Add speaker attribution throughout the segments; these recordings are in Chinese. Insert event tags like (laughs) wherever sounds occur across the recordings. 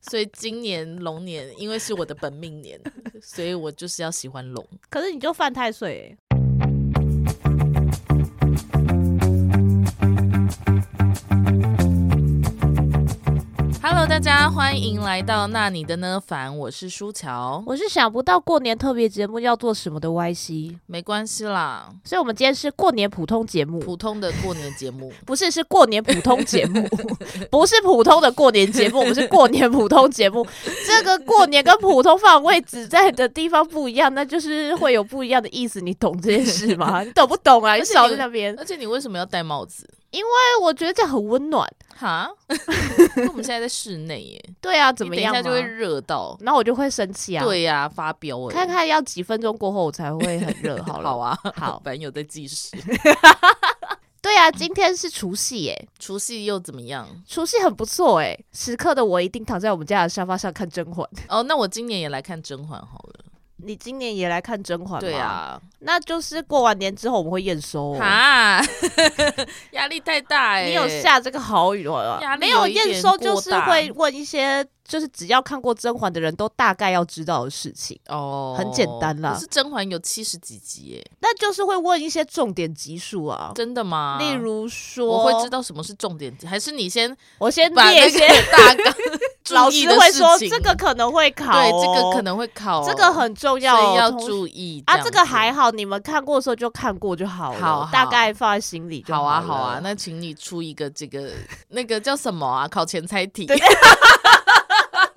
Speaker 1: 所以今年龙年，因为是我的本命年，所以我就是要喜欢龙。
Speaker 2: 可是你就犯太岁、欸。
Speaker 1: Hello，大家欢迎来到那你的呢？凡，我是舒乔。
Speaker 2: 我是想不到过年特别节目要做什么的 YC，
Speaker 1: 没关系啦，
Speaker 2: 所以我们今天是过年普通节目，
Speaker 1: 普通的过年节目
Speaker 2: 不是是过年普通节 (laughs) 目，不是普通的过年节目，我们是过年普通节目。这个过年跟普通放位置在的地方不一样，那就是会有不一样的意思。你懂这件事 (laughs) 吗？你懂不懂啊？你
Speaker 1: 且
Speaker 2: 少
Speaker 1: 你
Speaker 2: 在那边。
Speaker 1: 而且你为什么要戴帽子？
Speaker 2: 哎，我觉得这样很温暖。
Speaker 1: 哈， (laughs) 因为我们现在在室内耶，
Speaker 2: 对啊，怎么
Speaker 1: 你
Speaker 2: 样
Speaker 1: 等一下就会
Speaker 2: 嘛
Speaker 1: 热到。
Speaker 2: 然后我就会生气啊。，
Speaker 1: 对呀、发飙哎、
Speaker 2: 看看要几分钟过后我才会很热。好了，
Speaker 1: 好啊， (laughs)
Speaker 2: 好
Speaker 1: 反正有在计时。
Speaker 2: 对啊，今天是除夕耶、
Speaker 1: 除夕又怎么样？
Speaker 2: 除夕很不错哎、
Speaker 1: 欸
Speaker 2: 时刻的我一定躺在我们家的沙发上看《甄嬛》。
Speaker 1: 哦，那我今年也来看《甄嬛》好了。
Speaker 2: 你今年也来看《甄嬛》吗？
Speaker 1: 对，啊，
Speaker 2: 那就是过完年之后我们会验收、哦。
Speaker 1: 哈， (laughs) 压力太大哎、
Speaker 2: 你有下这个好语吗？
Speaker 1: 压力
Speaker 2: 没
Speaker 1: 有一点
Speaker 2: 验收就是
Speaker 1: 过大
Speaker 2: 会问一些，就是只要看过《甄嬛》的人都大概要知道的事情，
Speaker 1: 哦，
Speaker 2: 很简单啦
Speaker 1: 可是《甄嬛》有七十几集耶，
Speaker 2: 那就是会问一些重点集数啊。
Speaker 1: 真的吗？
Speaker 2: 例。如说，
Speaker 1: 我会知，道什么是重点集，还是你先
Speaker 2: 我先
Speaker 1: 把
Speaker 2: 列
Speaker 1: 那
Speaker 2: 一
Speaker 1: 个 (laughs)
Speaker 2: 些，
Speaker 1: 大纲
Speaker 2: (laughs) 老
Speaker 1: 注意
Speaker 2: 师
Speaker 1: 的
Speaker 2: 会
Speaker 1: 事
Speaker 2: 说
Speaker 1: 情
Speaker 2: 这个可能会考、哦
Speaker 1: 对，这个可、能会考哦，
Speaker 2: 这个很重要
Speaker 1: 所
Speaker 2: 哦，
Speaker 1: 以要
Speaker 2: 同学
Speaker 1: 注意
Speaker 2: 啊，这
Speaker 1: 样
Speaker 2: 个
Speaker 1: 子
Speaker 2: 还好，你们看过的时候就看过就好了，
Speaker 1: 好好
Speaker 2: 大概放在心里就
Speaker 1: 好啊
Speaker 2: 了
Speaker 1: 好啊，那请你出一个这个那个叫什么啊？考前猜
Speaker 2: (laughs)
Speaker 1: 题？
Speaker 2: 对好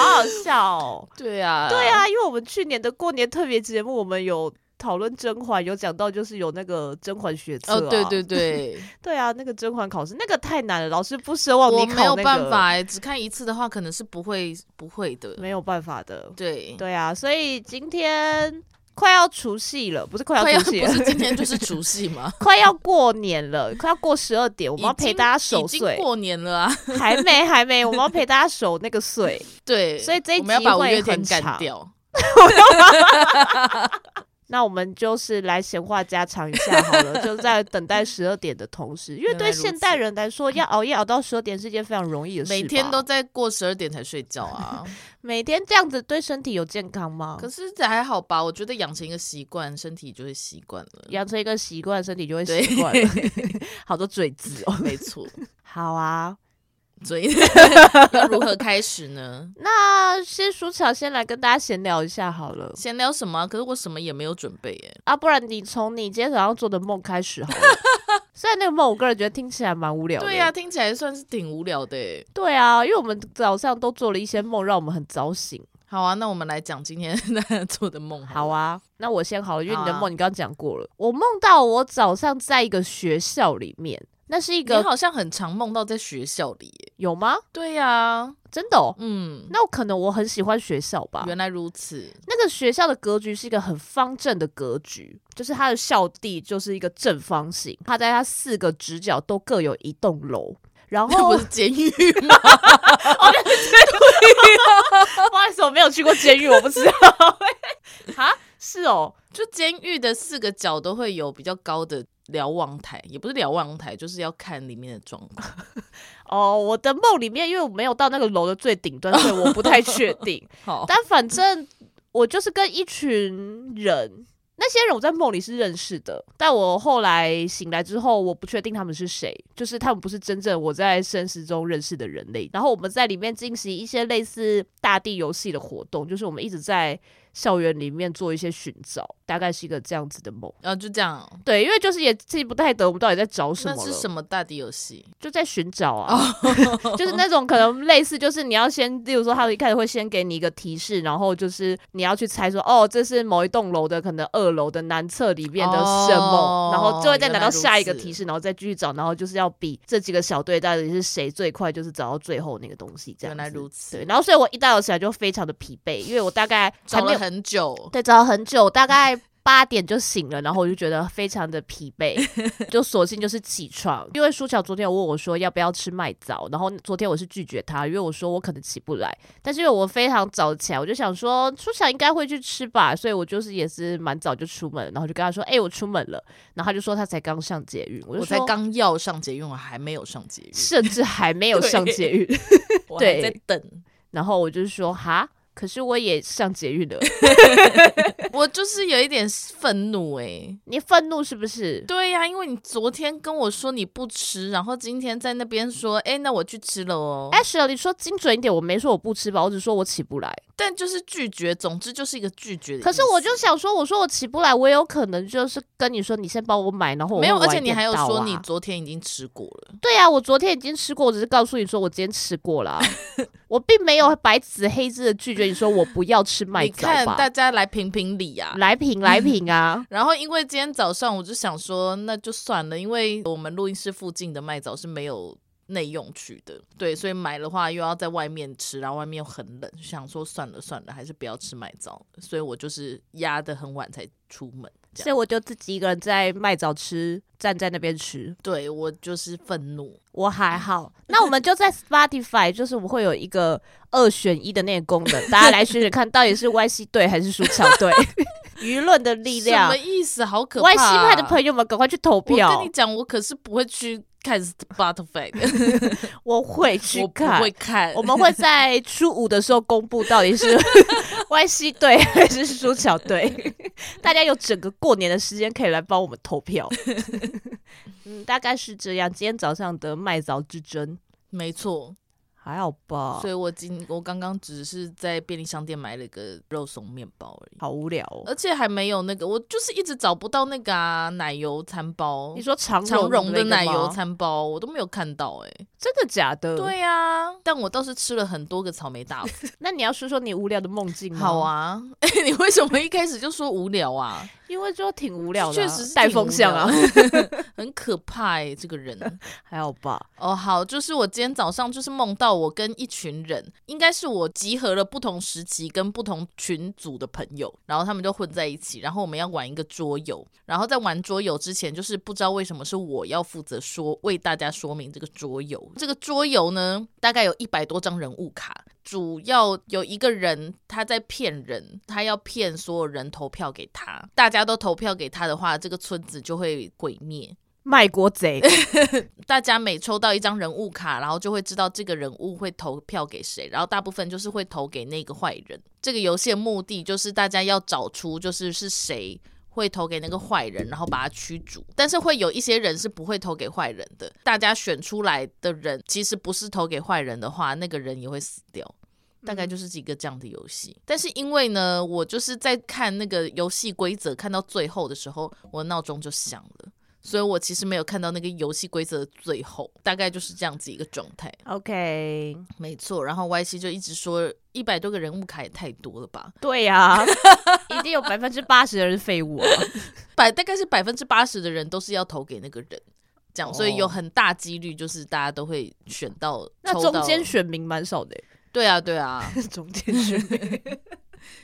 Speaker 2: 好笑 (laughs) 哦。
Speaker 1: 对啊，
Speaker 2: 对，啊，因为我们去年的过年特别节目，我们有讨论甄嬛，有讲到就是有那个甄嬛学测、啊，
Speaker 1: 哦对对对，
Speaker 2: (laughs) 对啊，那个甄嬛考试那个太难了，老师不奢望
Speaker 1: 我
Speaker 2: 哦你
Speaker 1: 没
Speaker 2: 考那
Speaker 1: 有
Speaker 2: 个，
Speaker 1: 办法，哎，只看一次的话可能是不会不会的，
Speaker 2: 没有办法的。
Speaker 1: 对。
Speaker 2: 对啊，所以今天快要除夕了，不是快
Speaker 1: 快
Speaker 2: 要
Speaker 1: 要
Speaker 2: 除
Speaker 1: (laughs) 不
Speaker 2: 夕了。？
Speaker 1: 是今天就是除夕吗
Speaker 2: 快要过年了，快要过十二点，我
Speaker 1: 我
Speaker 2: 们要陪大家守
Speaker 1: 已
Speaker 2: 岁
Speaker 1: 经，过年了 (laughs)
Speaker 2: (laughs)
Speaker 1: 啊！
Speaker 2: 还没还没，我们要陪大家守那个岁。
Speaker 1: 对，
Speaker 2: 所以这一
Speaker 1: 我们要把
Speaker 2: 集
Speaker 1: 五
Speaker 2: 会
Speaker 1: 月天
Speaker 2: 很
Speaker 1: 干
Speaker 2: 长
Speaker 1: 掉。
Speaker 2: 那我们就是来闲话家常一下好了，就在等待十二点的同时，因为
Speaker 1: 原来
Speaker 2: 对
Speaker 1: 如
Speaker 2: 现代人来说，要熬夜熬到十二点是件非常容易的事吧。
Speaker 1: 每天都在过十二点才睡觉
Speaker 2: (laughs)
Speaker 1: 啊，
Speaker 2: 每天这样子，对身体有健康吗
Speaker 1: 可？是这还好吧？我觉得养成一个习惯，身体就会习惯了。
Speaker 2: 养成一个习惯，身体就会
Speaker 1: 对 (laughs)
Speaker 2: 习惯了。好多嘴子哦。
Speaker 1: 没错，
Speaker 2: 好啊，
Speaker 1: 所
Speaker 2: (laughs)
Speaker 1: 以 (laughs) 要如何开始呢？
Speaker 2: 那先舒乔先来跟大家闲聊一下好了
Speaker 1: 闲聊什么啊？可是我什么也没有准备耶。
Speaker 2: 啊，不然你从你今天早上做的梦开始
Speaker 1: (laughs)
Speaker 2: 好了。虽然那个梦，我个人觉得听起来蛮无聊的。
Speaker 1: 对呀、啊听起来算是挺无聊的耶。
Speaker 2: 对啊，因为我们早上都做了一些梦，让我们很早醒。
Speaker 1: 好啊，那我们来讲今天 (laughs) 大家做的梦
Speaker 2: 好
Speaker 1: 了，
Speaker 2: 啊，那我先好了，因为你的
Speaker 1: 好啊
Speaker 2: 梦你刚刚讲过了。我梦到我早上在一个学校里面，那是一
Speaker 1: 你
Speaker 2: 个
Speaker 1: 好像很常梦到在学校里耶。
Speaker 2: 有吗？
Speaker 1: 对呀、
Speaker 2: 真的、哦？
Speaker 1: 嗯，
Speaker 2: 那我可能我很喜欢学校吧。
Speaker 1: 原来如此。
Speaker 2: 那个学校的格局是一个很方正的格局，就是它的校地就是一个正方形，它在它四个直角都各有一栋楼。然
Speaker 1: 这
Speaker 2: (laughs) 后，
Speaker 1: 不
Speaker 2: 不
Speaker 1: 是监狱吗？
Speaker 2: 好意思，我没有去过监狱，我不知 (laughs) 道。啊，是哦，
Speaker 1: 就监狱的四个角都会有比较高的瞭望台，也不是瞭望台，就是要看里面的状况。
Speaker 2: 哦，我的梦里面，因为我没有到那个楼的最顶端，所以我不太确定。
Speaker 1: 好，
Speaker 2: 但反正我就是跟一群人，那些人我在梦里是认识的，但我后来醒来之后，我不确定他们是谁，就是他们不是真正我在现实中认识的人类。然后我们在里面进行一些类似大地游戏的活动，就是我们一直在校园里面做一些寻找，大概是一个这样子的梦。
Speaker 1: 然后就这样。
Speaker 2: 对，因为就是也记不太得我们到底在找什
Speaker 1: 那
Speaker 2: 么
Speaker 1: 是
Speaker 2: 了，
Speaker 1: 什么大地游戏？
Speaker 2: 就在寻找啊，
Speaker 1: (laughs)
Speaker 2: 就是那种可能类似，就是你要先，例如说，他一开始会先给你一个提示，然后就是你要去猜说，哦，这是某一栋楼的可能二楼的南侧里面的什么，
Speaker 1: 哦
Speaker 2: 然后就会再拿
Speaker 1: 原来
Speaker 2: 到
Speaker 1: 如
Speaker 2: 下一个
Speaker 1: 此
Speaker 2: 提示，然后再继续找，然后就是要比这几个小队到底是谁最快，就是找到最后那个东西这样
Speaker 1: 原
Speaker 2: 子。
Speaker 1: 来如此
Speaker 2: 对，，然后所以我一大早起来就非常的疲惫，因为我大概还
Speaker 1: 找
Speaker 2: 没
Speaker 1: 了
Speaker 2: 有
Speaker 1: 很久。
Speaker 2: 对找了很久，大概八点就醒了，然后我就觉得非常的疲惫，
Speaker 1: (laughs)
Speaker 2: 就索性就是起床。因为舒乔昨天有问我说要不要吃麦枣，然后昨天我是拒绝他，因为我说我可能起不来。但是因为我非常早起来，我就想说舒乔应该会去吃吧，所以我就是也是蛮早就出门，然后就跟他说：“哎、我出门了。”然后他就说他才刚上捷运，我就
Speaker 1: 我
Speaker 2: 说
Speaker 1: 才刚要上捷运，我还没有上捷运，
Speaker 2: 甚至还没有上
Speaker 1: 对
Speaker 2: 捷运。 (laughs)
Speaker 1: 我还
Speaker 2: 对
Speaker 1: 在等。
Speaker 2: 然后我就说哈，可是我也上捷运了，
Speaker 1: 我就是有一点愤怒哎、
Speaker 2: 你愤怒是不是？
Speaker 1: 对呀、因为你昨天跟我说你不吃，然后今天在那边说，哎、那我去吃了哦。哎、
Speaker 2: Ashley，你说精准一点，我没说我不吃吧，我只说我起不来。
Speaker 1: 但就是拒绝，总之就是一个拒绝的意思。
Speaker 2: 可是我就想说，我说我起不来，我有可能就是跟你说，你先帮我买，然后我
Speaker 1: 没有，
Speaker 2: 会晚
Speaker 1: 而且
Speaker 2: 一
Speaker 1: 你
Speaker 2: 点
Speaker 1: 还有
Speaker 2: 到
Speaker 1: 说
Speaker 2: 啊
Speaker 1: 你昨天已经吃过了，
Speaker 2: 对啊，我昨天已经吃过，我只是告诉你说我今天吃过
Speaker 1: (laughs)
Speaker 2: 了啊、我并没有白纸黑字的拒绝你说我不要吃麦
Speaker 1: 你
Speaker 2: 枣
Speaker 1: 看
Speaker 2: 吧
Speaker 1: 大。家来评评理啊。！
Speaker 2: 来品来品啊
Speaker 1: (laughs) 然后因为今天早上我就想说，那就算了，因为我们录音室附近的麦枣是没有内用区的，对，所以买的话又要在外面吃，然后外面又很冷，就想说算了算了，还是不要吃麦枣，所以我就是压的很晚才出门。这
Speaker 2: 所以
Speaker 1: 样，
Speaker 2: 我就自己一个人在麦枣吃，站在那边吃。
Speaker 1: 对我就是愤怒，
Speaker 2: 我还
Speaker 1: (laughs)
Speaker 2: 好。那我们就在 Spotify，就是我们会有一个二选一的那个功
Speaker 1: (laughs)
Speaker 2: 能，大家来选选看，到底是 YC 队还是舒乔队？舆论的力
Speaker 1: 什
Speaker 2: 量
Speaker 1: 么意思？好可怕、啊
Speaker 2: ，YC 派的朋友们赶快去投
Speaker 1: 我
Speaker 2: 票
Speaker 1: 跟你，讲，我可是不会去看 Spotify 的，
Speaker 2: 我会
Speaker 1: (laughs)
Speaker 2: 去
Speaker 1: 我不
Speaker 2: 看
Speaker 1: 会。看。
Speaker 2: 我们会在初五的时候公布到
Speaker 1: (laughs)
Speaker 2: 底是 YC 队还是舒乔队，大家有整个过年的时间可以来帮我们投
Speaker 1: (laughs)
Speaker 2: 票。嗯，大概是这样。今天早上的麦枣之争
Speaker 1: 没错，
Speaker 2: 还好吧
Speaker 1: 所，以我今我刚刚只是在便利商店买了个肉松面包而已。
Speaker 2: 好无聊哦。
Speaker 1: 而且还没有那个，我就是一直找不到那个啊奶油餐包
Speaker 2: 你，说长
Speaker 1: 长
Speaker 2: 荣
Speaker 1: 荣
Speaker 2: 的
Speaker 1: 的奶
Speaker 2: 那个
Speaker 1: 油
Speaker 2: 吗
Speaker 1: 餐包，我都没有看到哎、
Speaker 2: 真的假的？，
Speaker 1: 对呀、但我倒是吃了很多个草莓
Speaker 2: (laughs)
Speaker 1: 大福。
Speaker 2: 那你要说说你无聊的梦境吗？
Speaker 1: 好，啊， (laughs) 哎、你为什么一开始就说无聊啊？
Speaker 2: 因为就挺无聊的啊、
Speaker 1: 确实是
Speaker 2: 带
Speaker 1: 挺无
Speaker 2: 风向啊，
Speaker 1: 聊， (laughs) 很可怕哎、这个人。
Speaker 2: 还好吧？
Speaker 1: 哦，好，就是我今天早上就是梦到我跟一群人，应该是我集合了不同时期跟不同群组的朋友，然后他们就混在一起，然后我们要玩一个桌游，然后在玩桌游之前，就是不知道为什么是我要负责说为大家说明这个桌游。这个桌游呢，大概有一百多张人物卡，主要有一个人他在骗人，他要骗所有人投票给他，大家都投票给他的话，这个村子就会毁灭。
Speaker 2: (laughs) 卖
Speaker 1: (laughs)
Speaker 2: 国贼，
Speaker 1: 大家每抽到一张人物卡，然后就会知道这个人物会投票给谁，然后大部分就是会投给那个坏人。这个游戏的目的就是大家要找出就是是谁会投给那个坏人，然后把他驱逐。但是会有一些人是不会投给坏人的，大家选出来的人其实不是投给坏人的话，那个人也会死掉。大概就是一个这样的游戏。但是因为呢，我就是在看那个游戏规则，看到最后的时候，我的闹钟就响了。所以我其实没有看到那个游戏规则的最后，大概就是这样子一个状态，
Speaker 2: OK，
Speaker 1: 没错。然后 Y C 就一直说一百多个人物卡也太多了吧，(laughs)
Speaker 2: 对呀、一定有百分之八十的人是废物、啊。
Speaker 1: 百大概是百分之八十的人都是要投给那个人，这样，
Speaker 2: 哦
Speaker 1: 所以有很大几率就是大家都会选到
Speaker 2: 那
Speaker 1: 抽到
Speaker 2: 中间选民蛮少的、
Speaker 1: (laughs) 对啊对啊，
Speaker 2: 欸，中间 (laughs) 选民，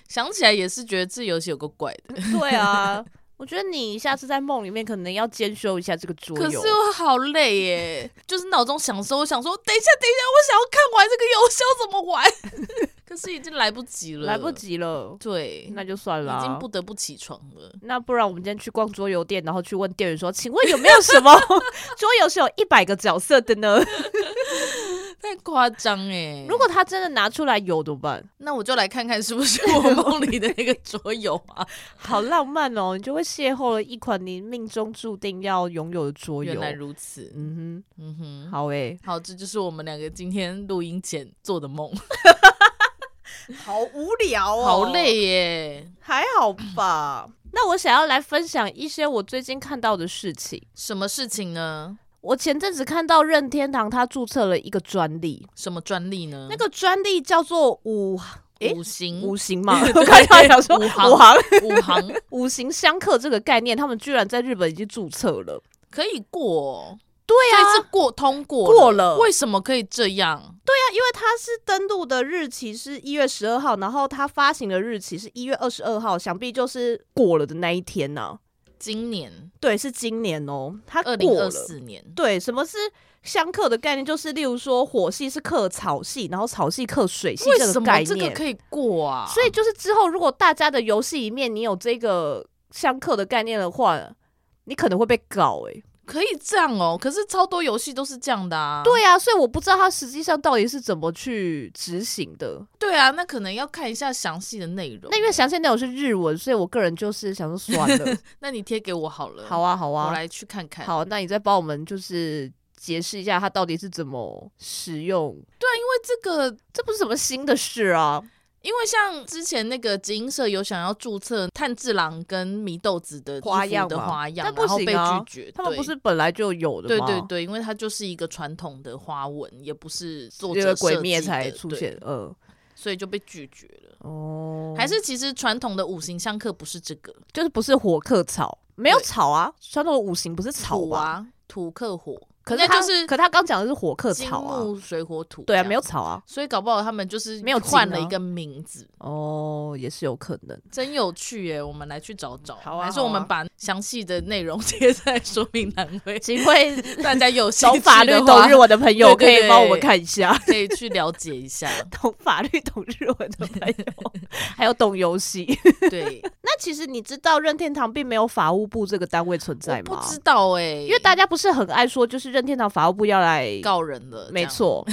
Speaker 1: 想起来也是觉得这游戏有个怪的，
Speaker 2: 对啊。我觉得你下次在梦里面可能要兼修一下这个桌
Speaker 1: 可是
Speaker 2: 游。
Speaker 1: 我好累耶，就是脑中想说，我想说等一下等一下，我想要看完这个游戏要怎么玩， (laughs) 可是已经来不及了，
Speaker 2: 来不，及了，
Speaker 1: 对，
Speaker 2: 那就算了啊、
Speaker 1: 已经不得不起床了。 (laughs)
Speaker 2: 那不然我们今天去逛桌游店，然后去问店员说：“请问有没有什么 (laughs) 桌游是有一百个角色的呢？”
Speaker 1: 太夸张哎！
Speaker 2: 如果他真的拿出来有怎么办？
Speaker 1: 那我就来看看是不是我梦里的那个桌游啊，
Speaker 2: 好浪漫哦，你就会邂逅了一款你命中注定要拥有的 (laughs) 桌
Speaker 1: 原
Speaker 2: 游。
Speaker 1: 来如此，
Speaker 2: 嗯
Speaker 1: 嗯
Speaker 2: 哼，
Speaker 1: 哼。
Speaker 2: 好欸诶、
Speaker 1: 好，这就是我们两个今天录音前做的梦，
Speaker 2: 好无聊哦
Speaker 1: 好，累耶！
Speaker 2: 还好吧。 (coughs) 那我想要来分享一些我最近看到的事情。
Speaker 1: 什么事情呢？
Speaker 2: 我前阵子看到任天堂他注册了一个专利，
Speaker 1: 什么专利呢？
Speaker 2: 那个专利叫做五诶
Speaker 1: 五行
Speaker 2: 五行
Speaker 1: (laughs)
Speaker 2: 嘛，我看到想说
Speaker 1: 嗯五行
Speaker 2: 五行
Speaker 1: 五行
Speaker 2: (laughs) 五行相克这个概念，他们居然在日本已经注册了。
Speaker 1: 可以过哦、
Speaker 2: 对
Speaker 1: 所以
Speaker 2: 啊
Speaker 1: 是，过通过
Speaker 2: 过了
Speaker 1: 为什么可以这样？
Speaker 3: 对啊，因为它是登录的日期是一月十二号，然后它发行的日期是一月二十二号，想必就是
Speaker 2: 过了的那一天呢、
Speaker 1: 今年
Speaker 3: 对，是今年哦，它
Speaker 1: 二零
Speaker 3: 过
Speaker 1: 二
Speaker 3: 了。
Speaker 1: 四年，
Speaker 3: 对，什么是相克的概念？就是例如说，火系是克草系，然后草系克水系
Speaker 1: 为
Speaker 3: 这
Speaker 1: 什
Speaker 3: 个
Speaker 1: 么
Speaker 3: 概
Speaker 1: 这个
Speaker 3: 念。
Speaker 1: 可以过啊？
Speaker 2: 所以就是之后，如果大家的游戏里面你有这个相克的概念的话，你可能会被告欸诶、
Speaker 1: 可以这样哦，可是超多游戏都是这样的啊。
Speaker 2: 对啊，所以我不知道它实际上到底是怎么去执行的。
Speaker 1: 对啊，那可能要看一下详细的内容。
Speaker 2: 那因为详细内容是日文，所以我个人就是想说算
Speaker 1: (laughs)
Speaker 2: 了，
Speaker 1: 那你贴给我好了，
Speaker 2: 好啊，好
Speaker 1: 我
Speaker 2: 啊，
Speaker 1: 来去看看。
Speaker 2: 好，那你再帮我们就是解释一下它到底是怎么使用，呃
Speaker 1: 对啊，因为这个
Speaker 2: 这不是什么新的事啊。
Speaker 1: 因为像之前那个集英社有想要注册炭治郎跟米豆子的衣服
Speaker 2: 花样
Speaker 1: 的
Speaker 2: 嘛
Speaker 1: 花样，
Speaker 2: 但不
Speaker 1: 然后被
Speaker 2: 行啊
Speaker 1: 拒绝。
Speaker 2: 他们
Speaker 1: 对
Speaker 2: 不是本来就有的
Speaker 1: 对
Speaker 2: 吗？
Speaker 1: 对对，因为它就是一个传统的花纹，也不是作
Speaker 2: 因
Speaker 1: 者
Speaker 2: 为鬼
Speaker 1: 设
Speaker 2: 灭
Speaker 1: 计
Speaker 2: 才
Speaker 1: 的
Speaker 2: 出
Speaker 1: 对
Speaker 2: 现，嗯，
Speaker 1: 所以就被拒绝了。
Speaker 2: 哦，
Speaker 1: 还是其实传统的五行相克不是这个
Speaker 2: 就是不是火克草，没有
Speaker 1: 对
Speaker 2: 草啊，传统的五行不是草
Speaker 1: 土
Speaker 2: 吧？
Speaker 1: 啊，土克火，
Speaker 2: 可
Speaker 1: 应
Speaker 2: 是
Speaker 1: 该
Speaker 2: 他
Speaker 1: 就是
Speaker 2: 可他刚讲的是火克
Speaker 1: 金
Speaker 2: 草啊，
Speaker 1: 木水火土，
Speaker 2: 对啊，没有。草啊，
Speaker 1: 所以搞不好他们就是
Speaker 2: 没有金
Speaker 1: 换了
Speaker 2: 啊
Speaker 1: 一个名字，
Speaker 2: 哦，也是有可能。
Speaker 1: 真有趣耶！我们来去找找，
Speaker 2: 好啊
Speaker 1: 还是我
Speaker 2: 好
Speaker 1: 们
Speaker 2: 啊
Speaker 1: 把详细的内容贴在说明栏
Speaker 2: (laughs)
Speaker 1: 位，
Speaker 2: 请问
Speaker 1: 大家有兴
Speaker 2: 懂
Speaker 1: 趣
Speaker 2: 法律、
Speaker 1: 的
Speaker 2: 懂
Speaker 1: 话
Speaker 2: 日文的朋友，可
Speaker 1: 对对
Speaker 2: 以帮我们
Speaker 1: 对
Speaker 2: 看一下。
Speaker 1: 可以去了解一
Speaker 2: (laughs)
Speaker 1: 下。
Speaker 2: 懂法律、懂日文的朋友，还有懂游 (laughs) 戏，
Speaker 1: 对，
Speaker 3: 那其实你
Speaker 2: 你知道任天堂并没有法务部这个单位存在
Speaker 1: 我不
Speaker 2: 吗？
Speaker 1: 知道哎，
Speaker 2: 因为大家不是很爱说，就是任天堂法务部要来
Speaker 1: 告人了，
Speaker 2: 没
Speaker 1: 这样。
Speaker 2: 错，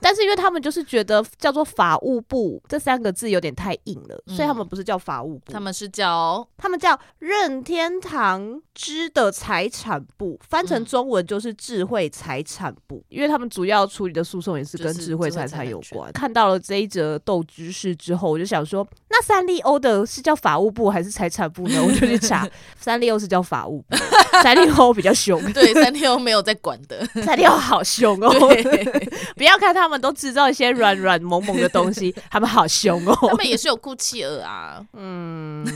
Speaker 2: 但是因为他们就是觉得叫做法务部这三个字有点太硬了，所以他们不是叫法务部，
Speaker 1: 他们是叫 (laughs)
Speaker 3: 他们叫任天堂之的财产部，翻成
Speaker 1: 嗯
Speaker 3: 中文就是智慧财产部。
Speaker 2: 因为他们主要处理的诉讼也是
Speaker 1: 就
Speaker 2: 跟
Speaker 1: 是
Speaker 2: 智慧
Speaker 1: 智慧
Speaker 2: 财
Speaker 1: 财
Speaker 2: 产
Speaker 1: 产
Speaker 2: 有
Speaker 1: 权
Speaker 2: 关。看到了这一则斗知识之后，我就想说，那三丽鸥的是叫法务部还是财产部
Speaker 1: (laughs)
Speaker 2: 呢？我就去查，三丽鸥是叫法务部，三丽鸥比较凶，
Speaker 1: (laughs) 对三天后没有在管
Speaker 2: (laughs)
Speaker 1: 的，
Speaker 2: 三丽鸥好凶哦！
Speaker 1: 对，
Speaker 2: (laughs) 不要看他们都制造一些软软萌萌的东西，他们好凶哦。
Speaker 1: 他们也是有哭泣儿啊，
Speaker 2: 嗯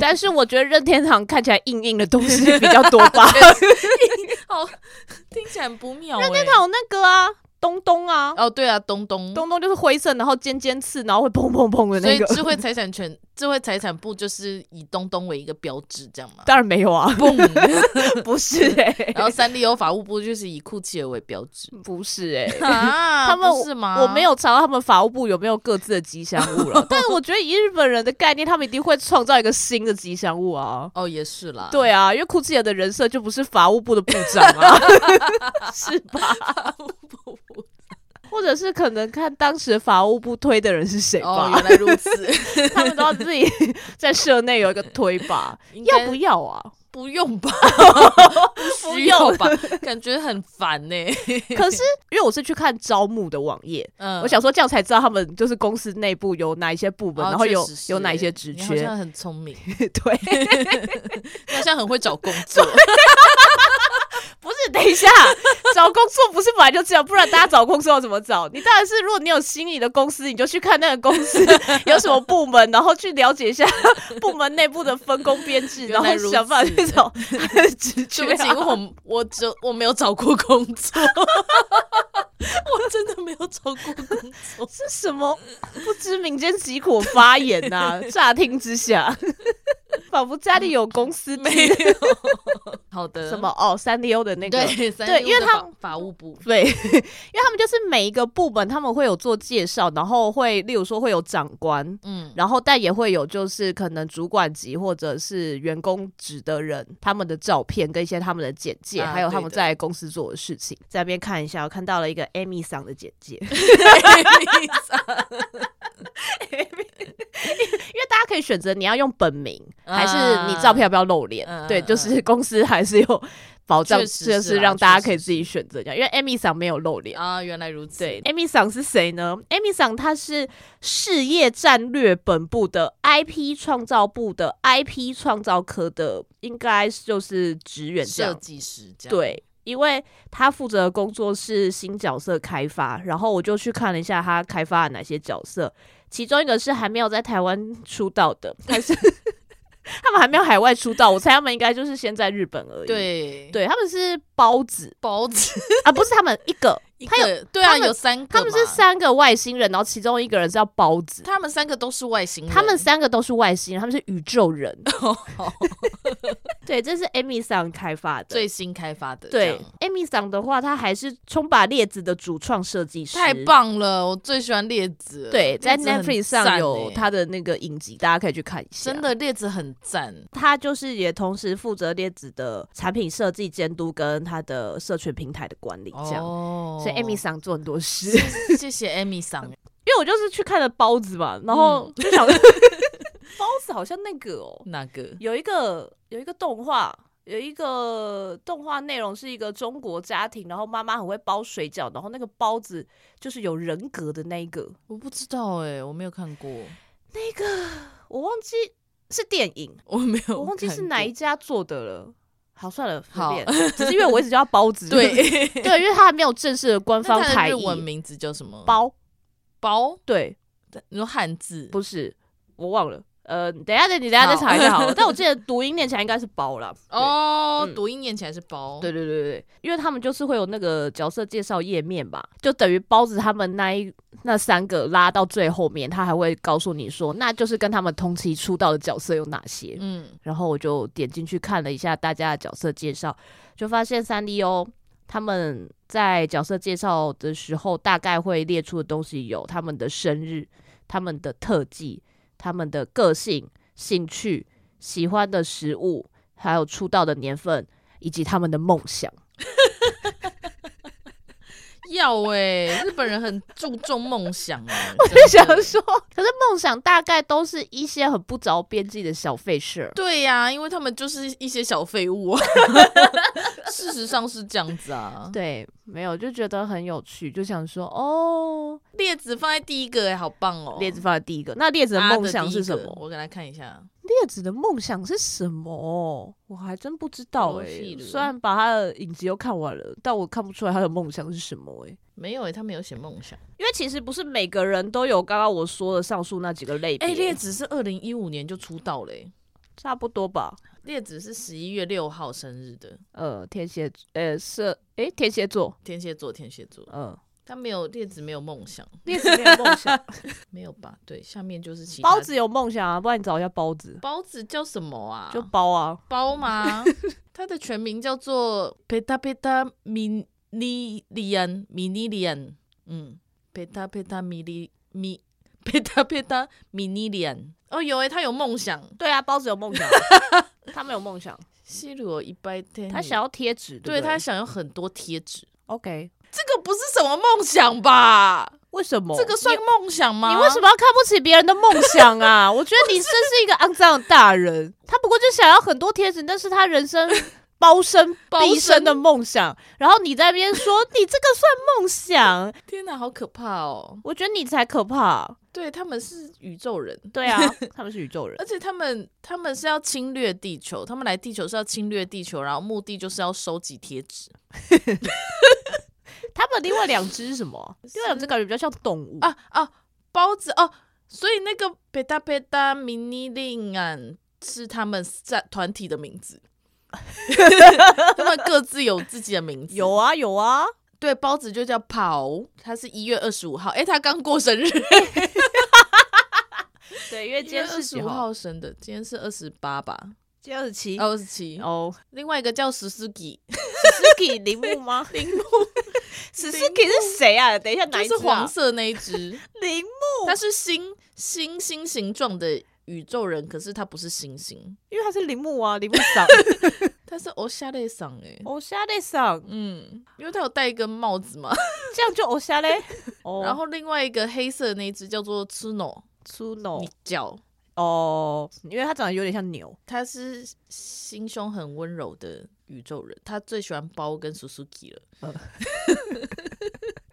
Speaker 2: 但是我觉得任天堂看起来硬硬的东西比较多 (laughs) 吧。
Speaker 1: 哦，听起来很不妙、欸。
Speaker 2: 还有那个啊，东东啊，
Speaker 1: 哦，对啊，东东，
Speaker 2: 东东就是灰色，然后尖尖刺，然后会砰砰砰的
Speaker 1: 所
Speaker 2: 那
Speaker 1: 以
Speaker 2: 个。。
Speaker 1: 智慧财产权、智慧财产部就是以东东为一个标志，这样嘛
Speaker 2: (laughs) (laughs) 当然没有啊，
Speaker 1: 嘣，
Speaker 2: 不是哎、
Speaker 1: 然后三丽鸥法务部就是以库奇尔为标志
Speaker 2: (laughs) 不是哎、
Speaker 1: 啊，
Speaker 2: 他们
Speaker 1: 不是吗？
Speaker 2: 我没，有查到他们法务部有没有各自的吉祥物 (laughs) 了，但是我觉得以日本人的概念，他们一定会创造一个新的吉祥物啊。
Speaker 1: 哦，也是啦，，
Speaker 2: (laughs) 对啊，因为库奇尔的人设就不是法务部的部长
Speaker 1: (laughs)
Speaker 2: 啊，是吧？或者是可能看当时法务部推的人是谁
Speaker 1: 哦，
Speaker 2: 吧，
Speaker 1: 原来如
Speaker 2: (laughs)
Speaker 1: 此，
Speaker 2: 他们都要自己在社内有一个推吧，
Speaker 1: (laughs) 应该
Speaker 2: 要不要啊？
Speaker 1: (laughs) 不用
Speaker 2: (laughs)
Speaker 1: 吧？不需
Speaker 2: 用
Speaker 1: 要吧？感觉很烦
Speaker 2: (laughs)
Speaker 1: 呢、
Speaker 2: 可是因为我是去看招募的网页，
Speaker 1: 嗯，
Speaker 2: 我想说这样才知道他们就是公司内部有哪一些部门，
Speaker 1: 哦，
Speaker 2: 然后
Speaker 1: 确
Speaker 2: 有
Speaker 1: 实是
Speaker 2: 有哪一些
Speaker 1: 欸
Speaker 2: 职
Speaker 1: 你好
Speaker 2: 缺。
Speaker 1: 像很聪明，
Speaker 2: (laughs) 对，
Speaker 1: 你好像很会找工
Speaker 2: (laughs)
Speaker 1: 作。
Speaker 2: 不是，等一下， (laughs) 找工作不是本来就这样，不然大家找工作要怎么找？你当然是如果你有心仪的公司，你就去看那个公司有什么部门，然后去了解一下部门内部的分工编制，
Speaker 1: (laughs) 原
Speaker 2: 然
Speaker 1: 来
Speaker 2: 后
Speaker 1: 如
Speaker 2: 想办法去
Speaker 1: 此
Speaker 2: 找职缺
Speaker 1: 对不起，
Speaker 2: 啊、
Speaker 1: 因为
Speaker 2: (laughs)
Speaker 1: 我我只有我没有找过工作，我真的没有找过工作。
Speaker 2: 这什么不知民间疾苦发言呐、乍听之下， (laughs) 仿佛家里有公司
Speaker 1: 嗯没有，好的，
Speaker 2: 什么哦，三 D O 的那个。
Speaker 1: 对三
Speaker 2: 对
Speaker 1: 六
Speaker 2: 因为
Speaker 1: 的
Speaker 2: 他
Speaker 1: 法法务部
Speaker 2: 对， (laughs) 因为他们就是每一个部门，他们会有做介绍，然后会，例如说会有长官， (laughs)
Speaker 1: 嗯
Speaker 2: 然后但也会有就是可能主管级或者是员工职的人他们的照片跟一些他们的简介，
Speaker 1: 啊
Speaker 2: 还有
Speaker 1: 对
Speaker 2: 他们
Speaker 1: 的
Speaker 2: 在公司做的事情，在那边看一下，我看到了一个 Amy 桑的简介， (laughs) 因为大家可以选择你要用本名，还是你照片要不要露脸，
Speaker 1: 啊
Speaker 2: 对，
Speaker 1: 嗯嗯
Speaker 2: 就是公司还是有保障，
Speaker 1: 确实是啊
Speaker 2: 就是让大家可以
Speaker 1: 确实
Speaker 2: 自己选择这样，因为 Amy 桑没有露脸。
Speaker 1: 啊，原来如此。
Speaker 2: 对，Amy 桑是谁呢？Amy 桑她是事业战略本部的 IP 创造部的 IP 创造科的，应该就是职员这
Speaker 1: 设
Speaker 2: 样。
Speaker 1: 计师这样，
Speaker 2: 对，因为她负责的工作是新角色开发，然后我就去看了一下她
Speaker 1: (laughs)
Speaker 2: 开发了哪些角色，其中一个是还没有在台湾出道的，还是 (laughs) 他们还没有海外出道，我猜他们应该就是先在日本而已。
Speaker 1: 对，
Speaker 2: 对，他们是包子
Speaker 1: 包子，
Speaker 2: 啊，不是他们一个，他有
Speaker 1: 有对啊，
Speaker 2: 他们
Speaker 1: 有三个，
Speaker 2: 他们是，三个外星人，然后其中一个人是叫包子。
Speaker 1: 他们三个都是外星人，哦
Speaker 2: 他们三个都是外星人，他们是宇宙人。 (laughs)
Speaker 1: (laughs)
Speaker 2: 对，这是 Amy 桑开发的。
Speaker 1: 最新开发的，这
Speaker 2: 对
Speaker 1: 样
Speaker 2: ，Amy 桑的话，她还是
Speaker 3: 冲把列子的主创设计师，
Speaker 1: 太棒了，我最喜欢列子了，
Speaker 2: 对，在
Speaker 1: 列子很
Speaker 2: Netflix
Speaker 1: 赞
Speaker 2: 上有
Speaker 1: 欸
Speaker 2: 她的那个影集，大家可以去看一下。
Speaker 1: 真，的列子很赞，
Speaker 3: 他就是也同时负责列子的产品设计监督跟他的社群平台的管理，这样。
Speaker 1: 哦
Speaker 2: 所以
Speaker 1: (laughs)
Speaker 2: Amy 桑做很多事。
Speaker 1: 谢谢 Amy 桑，
Speaker 2: (laughs) 因为我就是去看了包子嘛，然后
Speaker 1: 嗯
Speaker 2: 就 (laughs) 想、包子好像那个哦，
Speaker 1: (laughs) 那个
Speaker 2: 有一个有一个动画，有一个动画内容是一个中国家庭，然后妈妈很会包水饺，然后那个包子就是有人格的那一个，
Speaker 1: 我不知道哎，我没有看过，
Speaker 2: 那个哦我忘记是电影，
Speaker 1: (laughs) 我没有，
Speaker 2: 我忘记是哪一。家做的了。好，算了，随
Speaker 1: 好
Speaker 2: 便，只是因为我一直叫它包
Speaker 1: (laughs)
Speaker 2: 子，
Speaker 1: 对，
Speaker 2: (laughs) 对，因为它还没有正式的官
Speaker 1: 那
Speaker 2: 方
Speaker 1: 它
Speaker 2: 台
Speaker 1: 的日
Speaker 2: 译
Speaker 1: 文名字叫什么？
Speaker 2: 包，
Speaker 1: 包，
Speaker 2: 对，
Speaker 1: 你说汉字
Speaker 2: 不是，我忘了。呃，等一下，等你等一下再
Speaker 1: 好
Speaker 2: 查一下 (laughs) 好了。但我记得读音念起来应该是包啦。
Speaker 1: 哦
Speaker 2: 嗯，
Speaker 1: 读音念起来是包，
Speaker 2: 对对对对，对因为他们就是会有那个角色介绍页面吧，就等于包子他们那一那三个拉到最后面，他还会告诉你说，那就是跟他们同期出道的角色有哪些。
Speaker 1: 嗯，
Speaker 2: 然后我就点进去看了一下大家的角色介绍，就发现三 D 哦，他们在角色介绍的时候大概会列出的东西有他们的生日、他们的特技、他们的个性、兴趣、喜欢的食物，还有出道的年份。以及他们的梦想，
Speaker 1: 要哎、日本人很注重梦想哎、
Speaker 2: (laughs) 我就想
Speaker 1: 真的
Speaker 2: 说，可是梦想大概都是一些很不着边际的小费事儿。
Speaker 1: 对呀、因为他们就是一些小废物、 (laughs) 啊，事实上是这样子啊。
Speaker 2: 对，没有就觉得很有趣，就想说哦，
Speaker 1: 列子放在第一个哎、好棒哦！
Speaker 2: 列子放在第一个，那列子的
Speaker 1: 阿
Speaker 2: 梦
Speaker 1: 的
Speaker 2: 想
Speaker 1: 第一
Speaker 2: 是什
Speaker 1: 个
Speaker 2: 么？
Speaker 1: 我给他看一下，
Speaker 2: 叶子的梦想是什么？我还真不知道
Speaker 1: 游
Speaker 2: 哎、
Speaker 1: 戏了
Speaker 2: 虽然把他的影集都看完了，但我看不出来他的梦想是什么哎、
Speaker 1: 没有哎、他没有写梦想。
Speaker 2: 因为其实不是每个人都有刚刚我说的上述那几个类别，
Speaker 1: 哎、列子是二零一五年就出道
Speaker 2: 欸
Speaker 1: 嘞、
Speaker 2: 差不多吧。
Speaker 1: 列子是十一月六号生日的，
Speaker 2: 呃，天蝎，呃，射，哎、天蝎座，
Speaker 1: 天蝎座，天蝎座，
Speaker 2: 嗯、呃，
Speaker 1: 他没有列子没有梦想，
Speaker 2: 叶子没有梦想， (laughs)
Speaker 1: 没有吧？对，下面就是其他
Speaker 2: 包子有梦想啊，不然你找一下包子，
Speaker 1: 包子叫什么啊？
Speaker 2: 就包啊，
Speaker 1: 包 (laughs) 吗？它的全名叫做 Peta Peta Minilian Minilian，嗯，Peta Peta Mili Mi Peta Peta Minilian。哦，有诶、它有梦想。
Speaker 2: 对啊，包子有梦想，啊 (laughs) 他们有梦想，
Speaker 1: 西鲁一百天，
Speaker 2: 他想要贴纸，
Speaker 1: 对
Speaker 2: 对
Speaker 1: 他
Speaker 2: 他
Speaker 1: 想要很多贴纸，
Speaker 2: OK，
Speaker 1: 这个不是什么梦想吧？
Speaker 2: 为什么
Speaker 1: 这个算梦想吗？
Speaker 2: 你为什么要看不起别人的梦想 (laughs) 啊？我觉得你真是一个肮脏的大人。他不过就想要很多贴纸，那是他人 (laughs) 生包身
Speaker 1: 包
Speaker 2: 毕生
Speaker 1: 身
Speaker 2: 的梦想。然后你在那边说你这个算梦想，
Speaker 1: 天哪，好可怕哦！
Speaker 2: 我觉得你才可怕。
Speaker 1: 对，他们是宇宙人，
Speaker 2: 对啊，他们是宇宙人
Speaker 1: 而。且他们他们是要侵略地球，他们来地球是要侵略地球，然后目的就是要收集贴纸
Speaker 2: (laughs) 他们另外两只是什么？另外两只感觉比较像动物啊。
Speaker 1: 啊啊！包子哦，所以那个贝达贝达迷你令案是他们在团体的名字， (laughs) 他们各自有自己的名字。
Speaker 2: 有啊有啊，
Speaker 1: 对，包子就叫跑，他是一月二十五号，诶，他刚过生日，
Speaker 2: 对，因为今天
Speaker 1: 二
Speaker 2: 是
Speaker 1: 十
Speaker 2: 几
Speaker 1: 五
Speaker 2: 号？
Speaker 1: 号生的，今天是二十八吧，
Speaker 3: 今天二十七，
Speaker 1: 二十七。
Speaker 2: 哦
Speaker 1: 另外一个叫十四吉，
Speaker 2: (laughs) ，Suki 铃木吗？铃木，Suki 是谁啊？等一下，哪
Speaker 1: 就
Speaker 2: 一只
Speaker 1: 是
Speaker 2: 啊
Speaker 1: 黄色那一只。
Speaker 2: 铃木？
Speaker 1: 它是星星星形状的宇宙人，可是它不是星星，
Speaker 2: 因为他是铃木啊，铃木 (laughs) 赏。
Speaker 1: 它是欧夏类桑哎。
Speaker 2: 哦，虾嘞上，
Speaker 1: 嗯，因为它有戴一根帽子嘛，
Speaker 2: 这样就哦虾
Speaker 1: (laughs)
Speaker 2: 嘞。哦
Speaker 1: 然后另外一个黑色的那一只叫做 Tsuno
Speaker 2: 出脑
Speaker 1: 你叫
Speaker 2: 哦，因为它长得有点像牛。
Speaker 1: 它是心胸很温柔的宇宙人，它最喜欢包跟 Suzuki 了。
Speaker 2: 呃
Speaker 1: (laughs)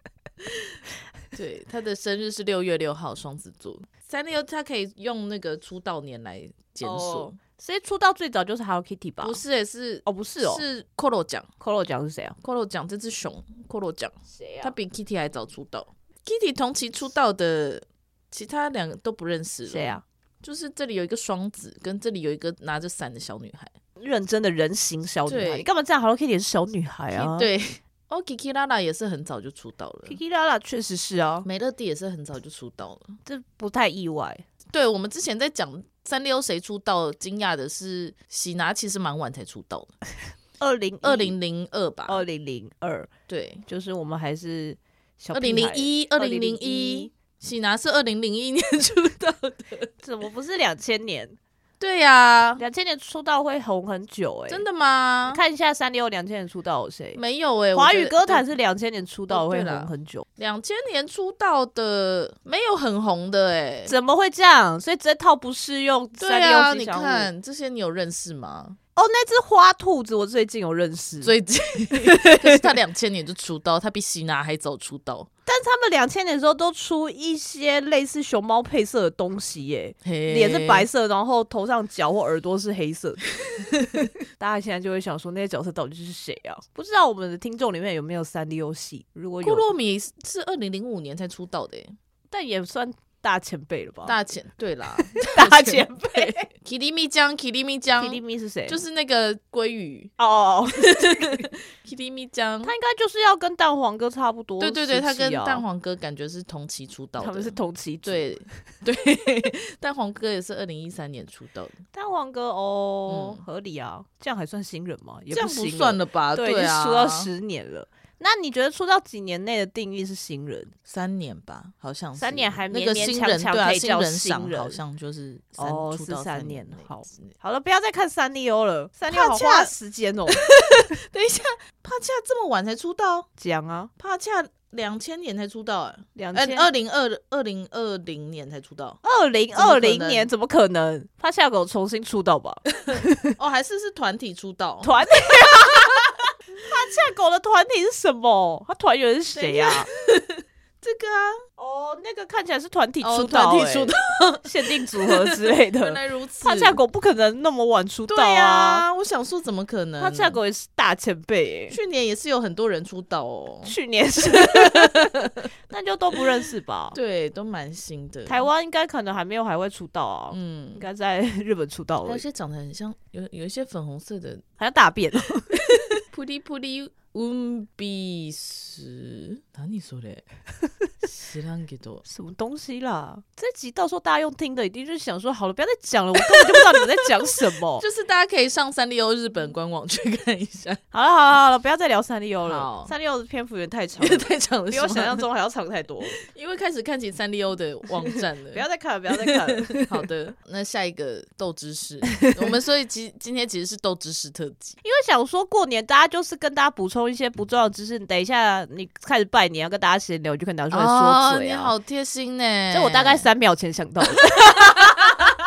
Speaker 1: 对，他的生日是六月六号，双子座。三六，它可以用那个出道年来检索
Speaker 2: 哦，所以出道最早就是 Hello Kitty 吧？
Speaker 1: 不是也是
Speaker 2: 哦，不是哦，
Speaker 1: 是 Koro 奖。
Speaker 2: Kolo 讲是谁啊？
Speaker 1: Koro 奖这只熊，Koro 奖，
Speaker 2: 谁
Speaker 1: 它？比 Kitty 还早出道。Kitty 同期出道的，其他两个都不认识。
Speaker 2: 谁？啊？
Speaker 1: 就是这里有一个双子，跟这里有一个拿着伞的小女孩。
Speaker 2: 认真的人形小女孩，
Speaker 1: 对
Speaker 2: 你干嘛这样？Hello Kitty 也是小女孩啊，
Speaker 1: 对，哦，Kiki 拉拉也是很早就出道了，
Speaker 2: ，Kiki 啦啦确实是啊，
Speaker 1: 美乐蒂也是很早就出道了。
Speaker 2: 这不太意外。
Speaker 1: 对，我们之前在讲三六谁出道，惊讶的是喜拿其实蛮晚才出道的，
Speaker 2: 二零
Speaker 1: 二零零二吧？
Speaker 2: 二零零二，
Speaker 1: 对，
Speaker 2: 就是我们还是小
Speaker 1: 二零零一，二零零一，喜拿是二零零一年 (laughs) 出道的。
Speaker 2: 怎么不是两千年？
Speaker 1: 对呀、
Speaker 2: 两千年出道会红很久哎、
Speaker 1: 真的吗？
Speaker 2: 看一下三六两千年出道有谁？
Speaker 1: 没有哎、
Speaker 2: 欸华语歌坛是两千年出道
Speaker 1: 哦
Speaker 2: 会
Speaker 1: 对啦
Speaker 2: 红很久，
Speaker 1: 两千年出道的，没有很红的哎、
Speaker 2: 怎么会这样？所以这套不适用
Speaker 1: 对
Speaker 2: 三
Speaker 1: 啊，
Speaker 2: 六
Speaker 1: 你
Speaker 2: 吉祥物。
Speaker 1: 看这些你有认识吗？
Speaker 2: 哦，那只花兔子我最近有认识，
Speaker 1: 最近， (laughs) 可是他两千年就出道，他比希娜还早出道。
Speaker 2: 但他们两千年的时候都出一些类似熊猫配色的东西耶、
Speaker 1: 脸
Speaker 2: 脸是白，色，然后头上角或耳朵是黑色的。
Speaker 1: (laughs)
Speaker 2: 大家现在就会想说，那些角色到底是谁啊？不知道我们的听众里面有没有三 D 游戏？如果
Speaker 1: 库
Speaker 2: 有，
Speaker 1: 洛米是二零零五年才出道的欸，
Speaker 2: 但也算大前辈了吧？
Speaker 1: 大前对
Speaker 2: (laughs)
Speaker 1: 啦，
Speaker 2: 大前辈
Speaker 1: ，Kirimi 江，Kirimi 江
Speaker 2: d m 是谁？
Speaker 1: 就是那个鲑鱼
Speaker 2: 哦哦，哦
Speaker 1: ，Kirimi 江
Speaker 2: 他，应该就是要跟蛋黄哥差不多、啊
Speaker 1: 对对对，他跟蛋。黄哥感觉是同期出道
Speaker 2: 他们是
Speaker 1: 的。
Speaker 2: 同期组，
Speaker 1: 对对， (laughs) 蛋黄哥也是二零一三年出道的，
Speaker 2: 蛋黄哥哦，
Speaker 1: 嗯
Speaker 2: 合理啊，这样还算新人吗？也
Speaker 1: 这样不
Speaker 2: 行了
Speaker 1: 算了吧？
Speaker 2: 对，已
Speaker 1: 对
Speaker 2: 经
Speaker 1: 啊，
Speaker 2: 出道十年了。那你觉得出道几年内的定义是新人？
Speaker 1: 三年吧，好像是
Speaker 2: 三年还
Speaker 1: 那个
Speaker 2: 勉勉
Speaker 1: 新
Speaker 2: 强
Speaker 1: 人
Speaker 2: 强
Speaker 1: 对啊，
Speaker 2: 可以叫
Speaker 1: 人
Speaker 2: 新
Speaker 1: 赏
Speaker 2: 人
Speaker 1: 好像就是三
Speaker 2: 哦
Speaker 1: 出
Speaker 2: 是
Speaker 1: 道
Speaker 2: 三
Speaker 1: 三
Speaker 2: 年
Speaker 1: 内
Speaker 2: 好 (laughs)
Speaker 1: 之内
Speaker 2: 好了，不要再看三丽鸥了，三丽鸥好
Speaker 1: 恰
Speaker 2: 花时间
Speaker 1: (laughs)
Speaker 2: 哦。
Speaker 1: 等一下，帕恰这么晚才出道，
Speaker 2: 讲啊，
Speaker 1: 帕恰两千年才出道哎、
Speaker 2: 两
Speaker 1: 嗯，
Speaker 2: 千
Speaker 1: 二零二二零二零年才出
Speaker 2: (laughs)
Speaker 1: 道
Speaker 2: 二零
Speaker 1: 怎么
Speaker 2: 二
Speaker 1: 可
Speaker 2: 零
Speaker 1: 能
Speaker 2: 年怎么可能？帕夏狗重新出道吧，
Speaker 1: 哦，还是是团体出道。 (laughs)
Speaker 2: 团体。帕夏狗的团体是什么？他团员是谁呀、啊？
Speaker 1: 这个啊，
Speaker 2: 哦，那个看起来是团体
Speaker 1: 哦
Speaker 2: 出道、欸，
Speaker 1: 团体
Speaker 2: (laughs)
Speaker 1: 出道，
Speaker 2: 限定组合之类
Speaker 1: 原
Speaker 2: (laughs) 的。
Speaker 1: 来如此。
Speaker 2: 帕夏狗不可能那么晚出道
Speaker 1: 对
Speaker 2: 啊！
Speaker 1: 啊，我想说怎么可能？
Speaker 2: 帕夏狗也是大前辈、欸，
Speaker 1: 去年也是有很多人出道哦，
Speaker 2: 去年 (laughs) 是，那就都不认识吧。
Speaker 1: 对，都蛮新的。
Speaker 2: 台湾应该可能还没有海外出道啊，应
Speaker 1: 嗯，
Speaker 2: 该在日本出道
Speaker 1: 还有
Speaker 2: 了
Speaker 1: 一，些长得很像，有有一些粉红色 (laughs) 的
Speaker 2: 好像大 (laughs) 便。
Speaker 1: プリプリウンビース。何それ？ (laughs) 知らんけど。。
Speaker 2: 什么东西啦？这集到时候大家用听的，一定就是想说，好了，不要再讲了，我根本就不知道你们在讲什么 (laughs)
Speaker 1: 就是大家可以上三丽鸥日本官网去看一下，
Speaker 2: 好了，好了，好了，不要再聊三丽鸥了
Speaker 1: 好，
Speaker 2: 三丽鸥的篇幅有点太长
Speaker 1: 因为
Speaker 2: 了。
Speaker 1: 太长了，
Speaker 2: (laughs) 比我想象，中还要长太 (laughs) 多了，
Speaker 1: (laughs) 因为开始看起三丽鸥的网站了。(laughs)
Speaker 2: 不要再看了，不要再看了。
Speaker 1: 好的，那下一个豆知
Speaker 2: (laughs)
Speaker 1: 识，我们所以其今天其实是豆知识特辑，
Speaker 2: 因为想说过年，大家就是跟大家补充一些不重要的知识。等一下你开始拜年，要跟大家闲聊，我就可以拿出来说
Speaker 1: 哦
Speaker 2: 嘴
Speaker 1: 你
Speaker 2: 啊。
Speaker 1: 好欸贴心呢。
Speaker 2: 这我大概三秒前想到的。 (laughs) 不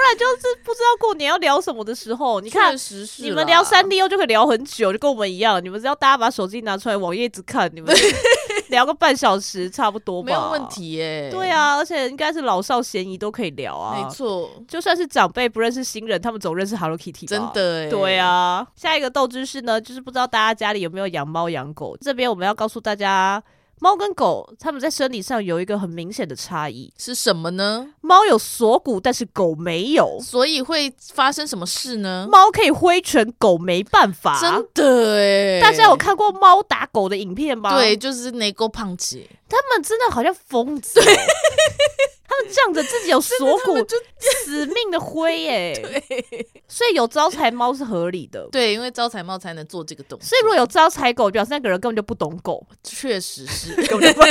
Speaker 2: 然就是不知道过年要聊什么的时候，你看
Speaker 1: 确实是啦
Speaker 2: 你们聊三 D O 就可以聊很久，就跟我们一样。你们只要大家把手机拿出来往页一直看，你们
Speaker 1: (laughs)
Speaker 2: 聊个半小时差不多吧，
Speaker 1: 没有问。题耶。
Speaker 2: 对，啊，而且应该是老少咸宜都可以聊啊
Speaker 1: 没。错，
Speaker 2: 就算是长辈不认识新人，他们总认识 Hello Kitty 吧
Speaker 1: 真。的哎。
Speaker 2: 对，啊，下一个斗知识呢，就是不知道大家家里有没有养猫养狗。这边我们要告诉大家，猫跟狗它们在生理上有一个很明显的差异。
Speaker 1: 是什么呢？
Speaker 2: 猫有锁骨，但是狗没有。
Speaker 1: 所以会发生什么事呢？
Speaker 2: 猫可以挥拳，狗没办法。
Speaker 1: 嗯真的哎，
Speaker 2: 大家有看过猫打狗的影片吗？
Speaker 1: 对，，就是内沟胖姐，
Speaker 2: 他们真的好像疯子哦。 (laughs) 他们仗着自己有锁
Speaker 1: (laughs)
Speaker 2: 骨，死命的挥耶、所以有招财猫是合理的。
Speaker 1: 对，因为招财猫才能做这个动作，
Speaker 2: 所以如果有招财狗，表示那个人根本就不懂
Speaker 1: (laughs)
Speaker 2: 狗，
Speaker 1: 确实
Speaker 2: (laughs)
Speaker 1: 是
Speaker 2: 根本就不
Speaker 1: (laughs)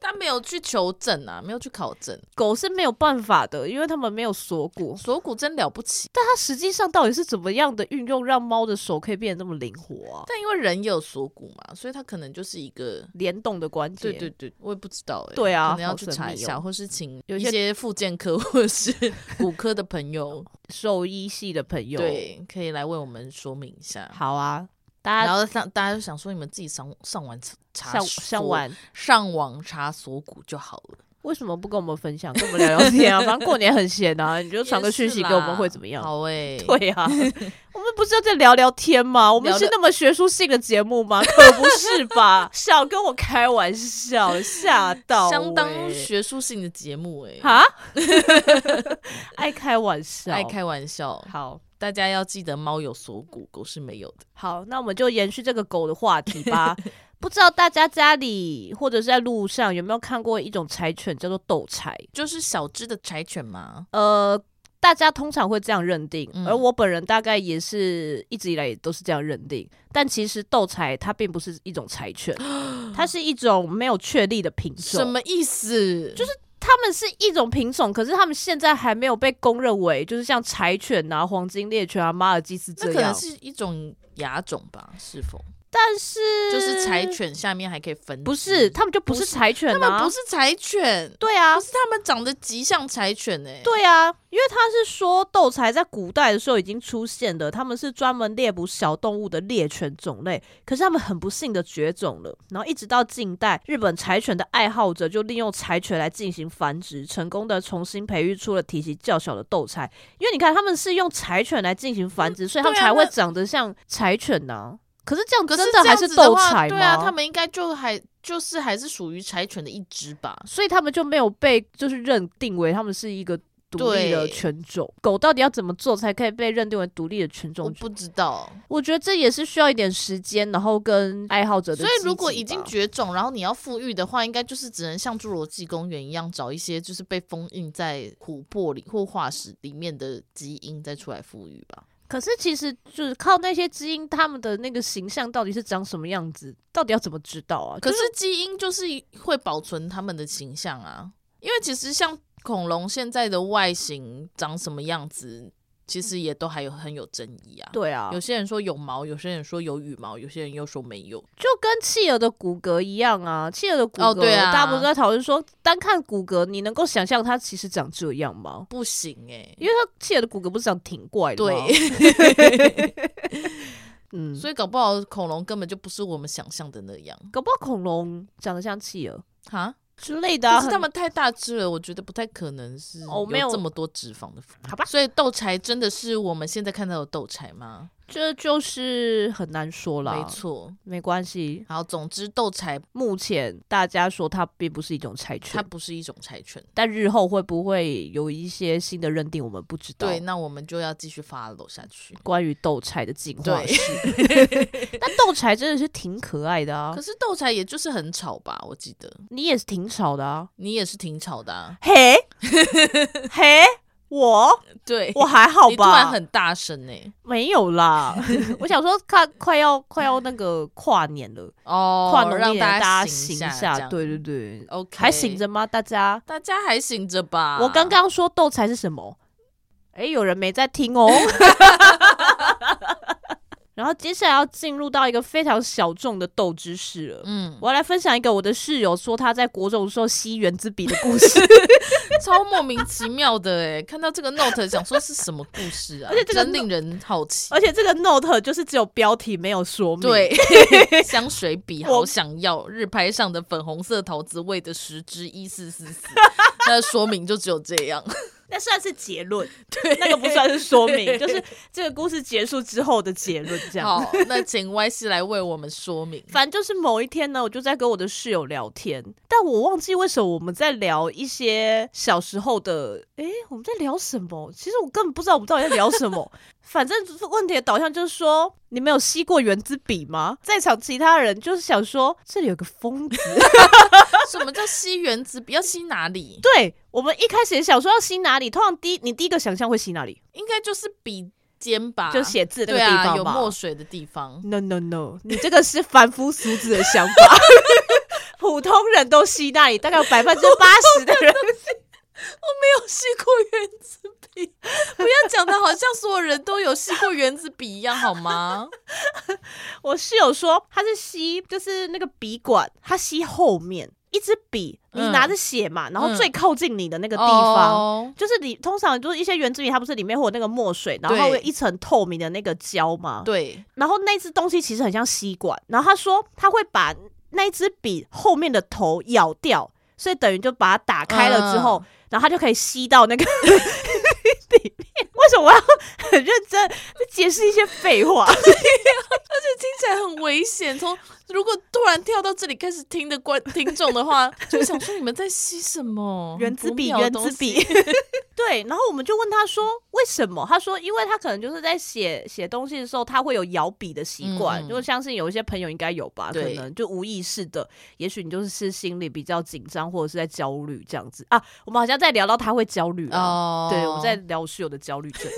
Speaker 1: 他没有去求证啊，没有去考证，
Speaker 2: 狗是没有办法的，因为他们没有锁骨。
Speaker 1: 锁骨真了不起，
Speaker 2: 但它实际上到底是怎么样的运用，让猫的手可以变得那么灵活啊？
Speaker 1: 但因为人也有锁骨嘛，所以他可能就是一个。
Speaker 2: 联动的关节，
Speaker 1: 对对对，我也不知道哎、
Speaker 2: 对啊
Speaker 1: 可能要
Speaker 2: 好
Speaker 1: 去
Speaker 2: 神
Speaker 1: 查
Speaker 2: 秘
Speaker 1: 一
Speaker 2: 哦
Speaker 1: 下，或是请有
Speaker 2: 有一
Speaker 1: 一
Speaker 2: 些
Speaker 1: 些复健科 (laughs) 或者是骨科的朋
Speaker 2: (laughs)
Speaker 1: 友，
Speaker 2: 兽医系的朋友，，
Speaker 1: 对，可以来为我们说明一下。
Speaker 2: 好啊，大
Speaker 1: 然
Speaker 2: 家
Speaker 1: 后上大家就想说，你们自己上上网查
Speaker 2: 上
Speaker 1: 锁
Speaker 2: 上完
Speaker 1: 上网查锁骨就好了。
Speaker 2: 为什么不跟我们分享，跟我们聊聊天啊？反正过年很闲啊，你就传个讯息给我们会怎么
Speaker 1: (laughs)
Speaker 2: 样？
Speaker 1: 好哎、
Speaker 2: 对啊，我们不是要再聊聊天吗？我们
Speaker 1: 聊
Speaker 2: 是
Speaker 1: 聊
Speaker 2: 那么学术性的节目吗？可不是
Speaker 1: (laughs)
Speaker 2: 吧？少跟我开玩笑，吓到、欸，
Speaker 1: 相当学术性的节目哎、
Speaker 2: 哈， (laughs) 爱开玩笑，
Speaker 1: 爱开玩笑，
Speaker 2: 好。
Speaker 1: 大家要记得猫有锁骨，狗是没有的。
Speaker 2: 好，那我们就延续这个狗的话题吧。不知道大家家里或者是在路上有没有看过一种柴犬叫做斗柴？
Speaker 1: 就是小只的柴犬吗？
Speaker 2: 呃，大家通常会这样认定，
Speaker 1: 嗯
Speaker 2: 而我本人大概也是一直以来也都是这样认定。但其实斗柴它并不是一种柴犬，它是一种没有确立的品
Speaker 1: 什
Speaker 2: 种。
Speaker 1: 么意思？就是
Speaker 2: 它们是一种品种，可是它们现在还没有被公认为，就是像柴犬啊、黄金猎犬啊、马尔济斯
Speaker 1: 那
Speaker 2: 这
Speaker 1: 可能
Speaker 2: 样。
Speaker 1: 是一种亚种吧？是否？
Speaker 2: 但是
Speaker 1: 就是柴犬下面还可以分？
Speaker 2: 不
Speaker 3: 嗯
Speaker 2: 是，，它们就不
Speaker 1: 不
Speaker 2: 是
Speaker 1: 是
Speaker 2: 柴犬
Speaker 1: 他
Speaker 2: 啊，
Speaker 1: 们不是柴犬，
Speaker 2: 对啊
Speaker 1: 可，是他们长得极像柴犬哎、欸。
Speaker 2: 对
Speaker 3: 对啊，因为他是说斗柴在古代的时候已经出现的，他们是专门猎捕小动物的猎犬种类，可是他们很不幸的绝种了。然后一直到近代，日本柴犬的爱好者就利用柴犬来进行繁殖，成功的重新培育出了体型较小的斗柴。因为你看，他们是用柴犬来进行繁殖，所以他们
Speaker 1: 对啊
Speaker 3: 才会
Speaker 1: 那
Speaker 3: 长得像柴犬呐、可是这样
Speaker 1: 可
Speaker 3: 真
Speaker 1: 是
Speaker 3: 的
Speaker 1: 这
Speaker 3: 还
Speaker 1: 样
Speaker 3: 是
Speaker 1: 子的
Speaker 3: 斗
Speaker 1: 话
Speaker 3: 柴吗？
Speaker 1: 对啊，他们应该就还就是还是属于柴犬的一只吧？
Speaker 2: 所以他们就没有被就是认定为他们是一个独立的
Speaker 1: 对
Speaker 2: 犬种。狗到底要怎么做才可以被认定为独立的犬
Speaker 1: 我
Speaker 2: 种？
Speaker 1: 不知道。
Speaker 2: 我觉得这也是需要一点时间，然后跟爱好者的
Speaker 1: 所
Speaker 2: 积极
Speaker 1: 以
Speaker 2: 吧。
Speaker 1: 如果已经绝种，然后你要复育的话，应该就是只能像侏罗纪公园一样，找一些就是被封印在琥珀里或化石里面的基因再出来复育吧。
Speaker 2: 可是其实就是靠那些基因，他们的那个形象到底是长什么样子，到底要怎么知道啊？
Speaker 1: 可
Speaker 2: 就是
Speaker 1: 基因就是会保存他们的形象啊，因为其实像恐龙现在的外形长什么样子，其实也都还有很有争议啊。
Speaker 2: 对啊
Speaker 1: 有，些人说有毛，有些人说有羽毛，有些人又说没有。
Speaker 2: 就跟企鹅的骨骼一样啊，企鹅的骨骼，
Speaker 1: 哦对啊
Speaker 2: 大家不是在讨论说，单看骨骼，你能够想象它其实长这样吗？
Speaker 1: 不行哎、
Speaker 2: 因为它企鹅的骨骼不是长挺怪的吗？，
Speaker 1: 对， (laughs)
Speaker 2: 嗯，
Speaker 1: 所以搞不好恐龙根本就不是我们想象的那样
Speaker 2: 搞不好恐龙长得像企鹅
Speaker 1: 哈。
Speaker 2: 之类的、啊，
Speaker 1: 可是
Speaker 2: 很
Speaker 1: 他们太大只了，我觉得不太可能是
Speaker 2: 哦没有
Speaker 1: 这么多脂肪的。
Speaker 2: 好吧
Speaker 1: 所以豆柴真的是我们现在看到的豆柴吗？
Speaker 2: 这就是很难说啦。
Speaker 1: 没，错。
Speaker 2: 没关系。
Speaker 1: 好，总之豆柴
Speaker 2: 目前大家说它并不是一种柴犬
Speaker 1: 它，不是一种柴犬。
Speaker 2: 但日后会不会有一些新的认定，我们不知道。
Speaker 1: 对，那我们就要继续 follow 下去。
Speaker 2: 关于斗柴的进化
Speaker 1: 对 (laughs)
Speaker 2: 史， (laughs) 但斗柴真的是挺可爱的啊
Speaker 1: 可，是豆柴也就是很吵吧？我记得
Speaker 2: 你也是挺吵的啊。
Speaker 1: 你也是挺吵的、啊。 (laughs)
Speaker 3: 嘿，嘿，我
Speaker 1: 对，
Speaker 3: 我还好吧？
Speaker 1: 你突然很大声欸呢、
Speaker 2: 没
Speaker 1: (laughs)
Speaker 2: 有啦，我想说看快要快要那个跨年了，
Speaker 1: 哦，
Speaker 2: 跨农历
Speaker 1: 让
Speaker 2: 年大家
Speaker 1: 醒
Speaker 2: 醒
Speaker 1: 一这样
Speaker 2: 对对对，
Speaker 1: ，OK，啊
Speaker 2: 还醒，着吗？大家？
Speaker 1: 大家还醒着吧？
Speaker 2: 我刚刚说斗柴是什么？哎，有人没在
Speaker 1: (laughs)
Speaker 2: 听哦。然后接下来要进入到一个非常小众的斗知识了。
Speaker 1: 嗯，
Speaker 2: 我要来分享一个我的室友说他在国中的时候吸原子笔的故
Speaker 1: (laughs)
Speaker 2: 事，
Speaker 1: 超莫名其妙的哎、看到这个 note 想说是什么故事啊？
Speaker 2: (laughs) 而且这个
Speaker 1: 真令人好奇。
Speaker 2: 而且这个 note 就是只有标题没有说明。
Speaker 1: 对， (laughs) 香水笔好想要，日拍上的粉红色桃子味的十支一四四
Speaker 2: (laughs)
Speaker 1: 四，那说明就只有这样。
Speaker 3: 那算是结
Speaker 1: (laughs)
Speaker 3: 论，
Speaker 2: 对，那个不算是说明，就是这个故事结束之后的结论这样。
Speaker 1: 好，那请 Y C 来为我们说
Speaker 2: (laughs)
Speaker 1: 明。
Speaker 2: 反正就是某一天呢，我就在跟我的室友聊天，但我忘记为什么我们在聊一些小时候的，诶、我们在聊什么？其实我根本不知道我们到底在聊
Speaker 1: (laughs)
Speaker 2: 什么。反正问题的导向就是说，你们有吸过原子笔吗？在场其他人就是想说，这里有个疯子。
Speaker 1: (laughs) 什么叫吸原子笔？要吸哪里？
Speaker 2: 对我们一开始也想说要吸哪里，通常第一你第一个想象会吸哪里？
Speaker 1: 应该就是笔尖吧，
Speaker 2: 就写字那
Speaker 1: 对
Speaker 2: 个地
Speaker 1: 啊，
Speaker 2: 方
Speaker 1: 有
Speaker 2: 吧。
Speaker 1: 墨水的地方。
Speaker 2: No no no，你这个是凡夫俗子
Speaker 1: (laughs)
Speaker 2: 的想法，普通人都吸那里，大概有百分之八十的人。
Speaker 1: 有 (laughs) 吸过原子笔，不要讲的好像所有人都有吸过原子笔一样，好 (laughs) 吗？
Speaker 2: 我室友说他是吸，就是那个笔管，他吸后面一支笔，你
Speaker 1: 嗯
Speaker 2: 拿着写嘛，然后
Speaker 1: 嗯
Speaker 2: 最靠近你的那个地方。
Speaker 1: 哦
Speaker 2: 就是你通常就是一些原子笔，它不是里面会有那个墨水，然后
Speaker 1: 对
Speaker 2: 会有一层透明的那个胶嘛。
Speaker 1: 对，
Speaker 2: 然后那只东西其实很像吸管，然后他说他会把那支笔后面的头咬掉，所以等于就把它打开了之后，然后他就可以吸到那个 (laughs) 里面。为什什么要很认真地解释一些废话？
Speaker 1: 听起来很危险。从如果突然跳到这里开始听的观听众的话，就会想说你们在吸什么？
Speaker 2: 原子笔，
Speaker 1: 很
Speaker 2: 原
Speaker 1: 不妙的
Speaker 2: 子
Speaker 1: (laughs)
Speaker 2: 笔。 (laughs) 对，然后我们就问他说为什么？他说因为他可能就是在写写东西的时候，他会有摇笔的习惯，
Speaker 1: 嗯
Speaker 2: 就相信有一些朋友应该有吧，可
Speaker 1: 对
Speaker 2: 能就无意识的，也许你就是是心里比较紧张或者是在焦虑这样子啊。我们好像在聊到他会焦虑
Speaker 1: 东西。
Speaker 2: 啊
Speaker 1: 哦，
Speaker 2: 对，我 (laughs) 们在聊室友的焦虑症。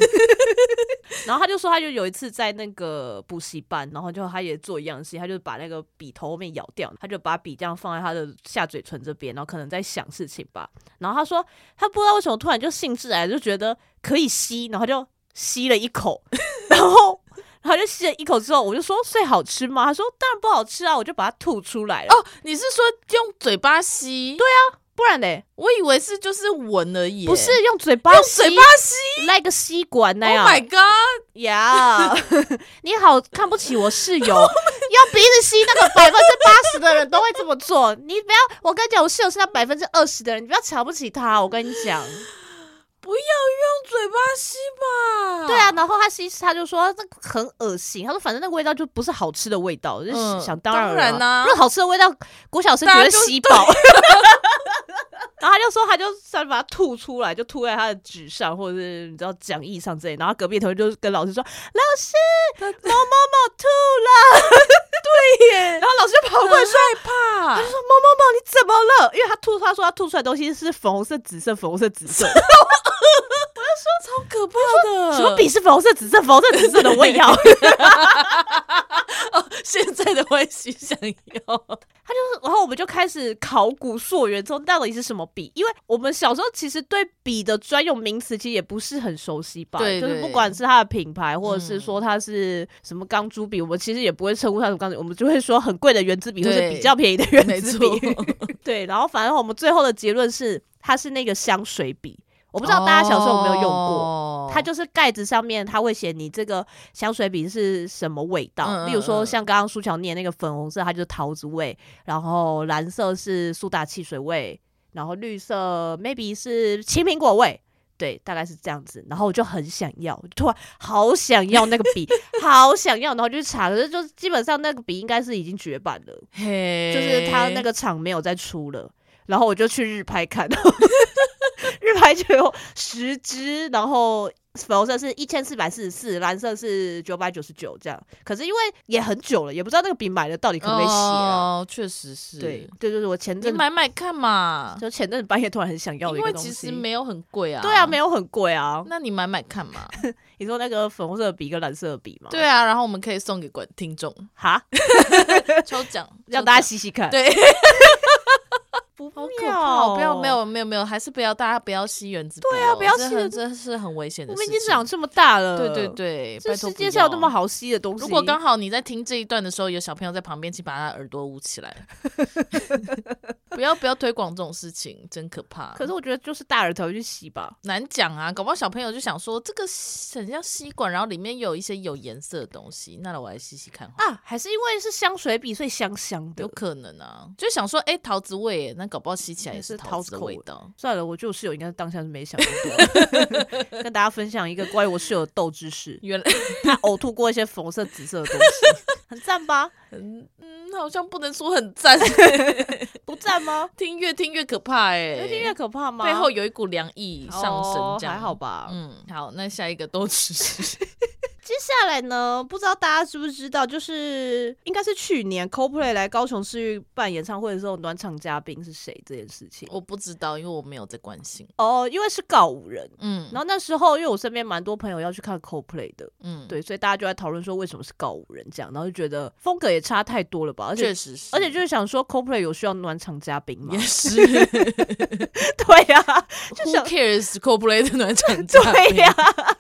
Speaker 2: (laughs) 然后他就说，他就有一次在那个补习班，然后就他也做一样的事情，他就把那个笔头后面咬掉，他就把笔这样放在他的下嘴唇这边，然后可能在想事情吧。然后他说，他不知道为什么突然就兴致来了，就觉得可以吸，然后就吸了一口， (laughs) 然后。然后就吸了一口之后，我就说：“所以好吃吗？”他说：“当然不好吃啊！”我就把它吐出来了。
Speaker 1: 哦，你是说用嘴巴吸？对，啊
Speaker 2: 不然嘞，
Speaker 1: 我以为是就是闻而已，
Speaker 2: 不是用嘴巴
Speaker 1: 用
Speaker 2: 吸
Speaker 1: 嘴巴吸。
Speaker 2: 来个吸管那
Speaker 1: Oh
Speaker 2: 样。
Speaker 1: my god！
Speaker 2: 呀 (laughs) 你好看不起我室友， (laughs) 用鼻子吸那个百分之八十的人都会这么做。你不要，我跟你讲，我室友是那百分之二十的人，你不要瞧不起他。我跟你
Speaker 1: (laughs)
Speaker 2: 讲，
Speaker 1: 不要用嘴巴吸吧？
Speaker 2: 对啊。然后他吸，他就说那个很恶心。他说反正那个味道就不是好吃的味道，就是
Speaker 1: 嗯
Speaker 2: 想当然
Speaker 1: 当然
Speaker 2: 啦
Speaker 1: 啊
Speaker 2: 如果好吃的味道，国小生绝
Speaker 1: 大家
Speaker 2: 对
Speaker 1: 就 (laughs)
Speaker 2: 吸饱。然后他就说，他就算把它吐出来，就吐在他的纸上，或者是你知道讲义上之类。然后隔壁的同学就跟老师说：“老师，
Speaker 1: (laughs) 他
Speaker 2: 某某某吐了。”
Speaker 1: (laughs) 耶，
Speaker 2: 然后老师就跑
Speaker 1: 我
Speaker 2: 过来
Speaker 1: 会
Speaker 2: 说
Speaker 1: 害怕。：“
Speaker 2: 某某某，你怎么了？”因为他吐，他说他吐出来的东西是粉红色、紫色、粉红色、紫色，
Speaker 1: 超可怕的，
Speaker 2: 什么笔是粉红色、紫色、粉红色、紫色的，我也要。
Speaker 1: 现在的欢喜想要，
Speaker 2: (laughs) 然后我们就开始考古溯源，说到底是什么笔？因为我们小时候其实对笔的专用名词其实也不是很熟悉吧，
Speaker 1: 对
Speaker 2: 就是不
Speaker 1: 对
Speaker 2: 管是它的品牌，或者是说它是什么钢珠笔，我们其实也不会称呼它什么钢珠笔，我们就会说很贵的圆珠笔，或是
Speaker 1: 对
Speaker 2: 比较便宜的圆
Speaker 1: 没
Speaker 2: 珠
Speaker 1: 错，
Speaker 2: 笔。对，然后反正我们最后的结论是，它是那个香水笔。我不知道大家小时候有没有用过，
Speaker 1: 过
Speaker 2: 它就是盖子上面它会写你这个香水笔是什么味道，
Speaker 1: 嗯嗯
Speaker 2: 例如说
Speaker 1: 嗯
Speaker 2: 像刚刚苏乔念那个粉红色，它就是桃子味，然后蓝色是苏打汽水味，然后绿色 maybe 是青苹果味。对，大概是这样子，然后我就很想要，我就突然好想要那个
Speaker 1: (laughs)
Speaker 2: 笔，好想要，然后就去查，可是就是基本上那个笔应该是已经绝版了，
Speaker 1: 嘿，
Speaker 2: 就是他那个厂没有再出了，然后我就去日拍看， (laughs) 日拍就有十支，然后粉红色是一千四百四十四，蓝色是九百九十九这样。可是因为也很久了，也不知道那个笔买了到底可不可以写啊？
Speaker 1: 哦，确实是，
Speaker 2: 对，对，就是我前
Speaker 1: 你
Speaker 2: 阵子
Speaker 1: 买买看嘛，
Speaker 2: 就前阵子半夜突然很想要的一
Speaker 1: 因
Speaker 2: 个
Speaker 1: 为
Speaker 2: 东西，
Speaker 1: 其实没有很贵啊。
Speaker 2: 对啊，没
Speaker 1: 有。
Speaker 2: 有很贵啊。
Speaker 1: 那你买买看嘛，
Speaker 2: 你说那个粉红色的笔跟蓝色的笔吗？
Speaker 1: 对，啊，然后我们可以送给观听众
Speaker 2: 哈，
Speaker 1: 抽奖，
Speaker 2: 让大家
Speaker 1: 家
Speaker 2: 洗洗看。 (laughs)
Speaker 1: 对，
Speaker 2: 不
Speaker 1: 好可
Speaker 2: 要
Speaker 1: 怕哦，不要，没。有，没有，没有，还是不要，大家不要吸原子笔哦，对
Speaker 2: 啊不要
Speaker 1: 这
Speaker 2: 吸原
Speaker 1: 很这是很危险的
Speaker 2: 我
Speaker 1: 事
Speaker 2: 们已
Speaker 1: 情。
Speaker 2: 经长这么大了，
Speaker 1: 对对，对，
Speaker 2: 这
Speaker 1: 拜托
Speaker 2: 世
Speaker 1: 不
Speaker 2: 界上有那么
Speaker 1: 要
Speaker 2: 好吸的东西？
Speaker 1: 如果刚好你在听这一段的时候，有小朋友在旁边，请把他耳朵捂起来。 (laughs) 不要不要推广这种事情，真可怕。
Speaker 2: 可是我觉得就是大人才会去洗吧。
Speaker 1: 难讲啊，搞不好小朋友就想说这个很像吸管，然后里面有一些有颜色的东西，那我来吸吸看好了。
Speaker 2: 啊，还是因为是香水笔，所以香香的
Speaker 1: 有。可能啊，就想说，哎、桃子味耶，那搞不好吸起来
Speaker 2: 也
Speaker 1: 也
Speaker 2: 是
Speaker 1: 是
Speaker 2: 桃
Speaker 1: 桃
Speaker 2: 子
Speaker 1: 子的
Speaker 2: 口
Speaker 1: 味
Speaker 2: 味
Speaker 1: 道。
Speaker 2: 算了，我觉得我室友应该当下是没想那么多。 (laughs) 跟大家分享一个关于我室友的豆知识，
Speaker 1: 原 (laughs) 来，
Speaker 2: 他呕吐过一些粉红色、紫色的东西， (laughs) 很赞吧？
Speaker 1: 嗯嗯，好像不能说很赞， (laughs)
Speaker 2: 不赞吗？
Speaker 1: 听越听越可怕哎、
Speaker 2: 越听越可怕吗？
Speaker 1: 背后有一股凉意上升
Speaker 2: 哦，
Speaker 1: 这样、
Speaker 2: 还好吧？
Speaker 1: 嗯，好，那下一个都只是
Speaker 2: 接下来呢，不知道大家知不知道，就是应该是去年 CoPlay 来高雄市域办演唱会的时候，暖场嘉宾是谁这件事情。
Speaker 1: 我不知道，因为我没有在关心。
Speaker 2: 哦，因为是告五人，
Speaker 1: 嗯，
Speaker 2: 然后那时候因为我身边蛮多朋友要去看 CoPlay 的，
Speaker 1: 嗯，，
Speaker 2: 对，所以大家就在讨论说为什么是告五人这样，然后就觉得风格也差太多了吧，而且
Speaker 1: 确实是，
Speaker 2: 而且就是想说 CoPlay 有需要暖场嘉
Speaker 1: (laughs)
Speaker 2: 宾吗
Speaker 1: 也？是
Speaker 2: 对呀、 (laughs) 就
Speaker 1: ，Who
Speaker 2: 想
Speaker 1: cares Coldplay 的暖
Speaker 2: (laughs)
Speaker 1: 场嘉
Speaker 2: 对
Speaker 1: 宾
Speaker 2: 呀、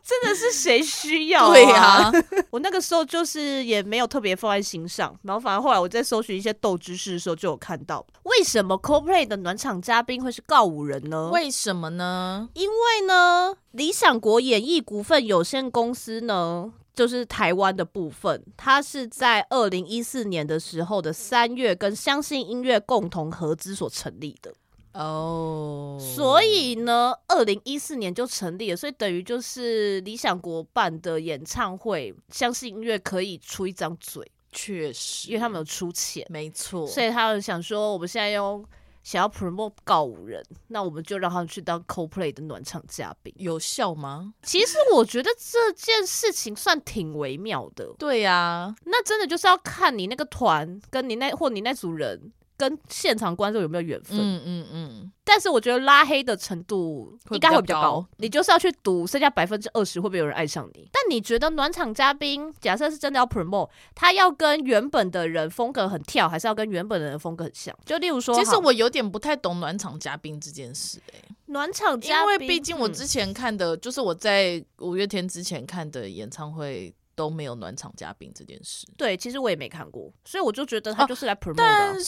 Speaker 2: 真的是谁需要、啊
Speaker 1: 对呀、 (laughs)
Speaker 2: 我那个时候就是也没有特别放在心上，然后反而后来我在搜寻一些豆知识的时候就有看到，为什么 CoPlay 的暖场嘉宾会是告五人呢？
Speaker 1: 为什么呢？
Speaker 2: 因为呢，理想国演艺股份有限公司呢，就是台湾的部分，它是在二零一四年的时候的三月跟相信音乐共同合资所成立的。
Speaker 1: 哦，
Speaker 2: 所以呢，二零一四年就成立了，所以等于就是理想国办的演唱会，相信音乐可以出一张嘴，
Speaker 1: 确实，
Speaker 2: 因为他们有出钱，
Speaker 1: 没错，
Speaker 2: 所以他们想说，我们现在用想要 promote 告五人，那我们就让他们去当 CoPlay 的暖场嘉宾。
Speaker 1: 有效吗？
Speaker 2: 其实我觉得这件事情算挺微妙的，
Speaker 1: 对呀、
Speaker 2: 那真的就是要看你那个团跟你那或你那组人跟现场观众有没有缘分。
Speaker 1: 嗯嗯嗯，
Speaker 2: 但是我觉得拉黑的程度
Speaker 1: 会
Speaker 2: 应该会
Speaker 1: 比
Speaker 2: 比
Speaker 1: 较
Speaker 2: 较
Speaker 1: 高
Speaker 2: 高，你就是要去赌剩下百分之二十会不会有人爱上你。但你觉得暖场嘉宾，假设是真的要 promote，他要跟原本的人风格很跳，还是要跟原本的人风格很像？就例如说哈，
Speaker 1: 其实我有点不太懂暖场嘉宾这件事、欸，
Speaker 2: 暖场嘉
Speaker 1: 因为
Speaker 2: 宾，
Speaker 1: 毕竟我
Speaker 2: 嗯
Speaker 1: 之前看的，就是我在五月天之前看的演唱会都没有暖场嘉宾这件事。
Speaker 2: 对，其实我也没看过，所以我就觉得他
Speaker 1: 哦
Speaker 2: 就是来 promote 的啊、
Speaker 1: 但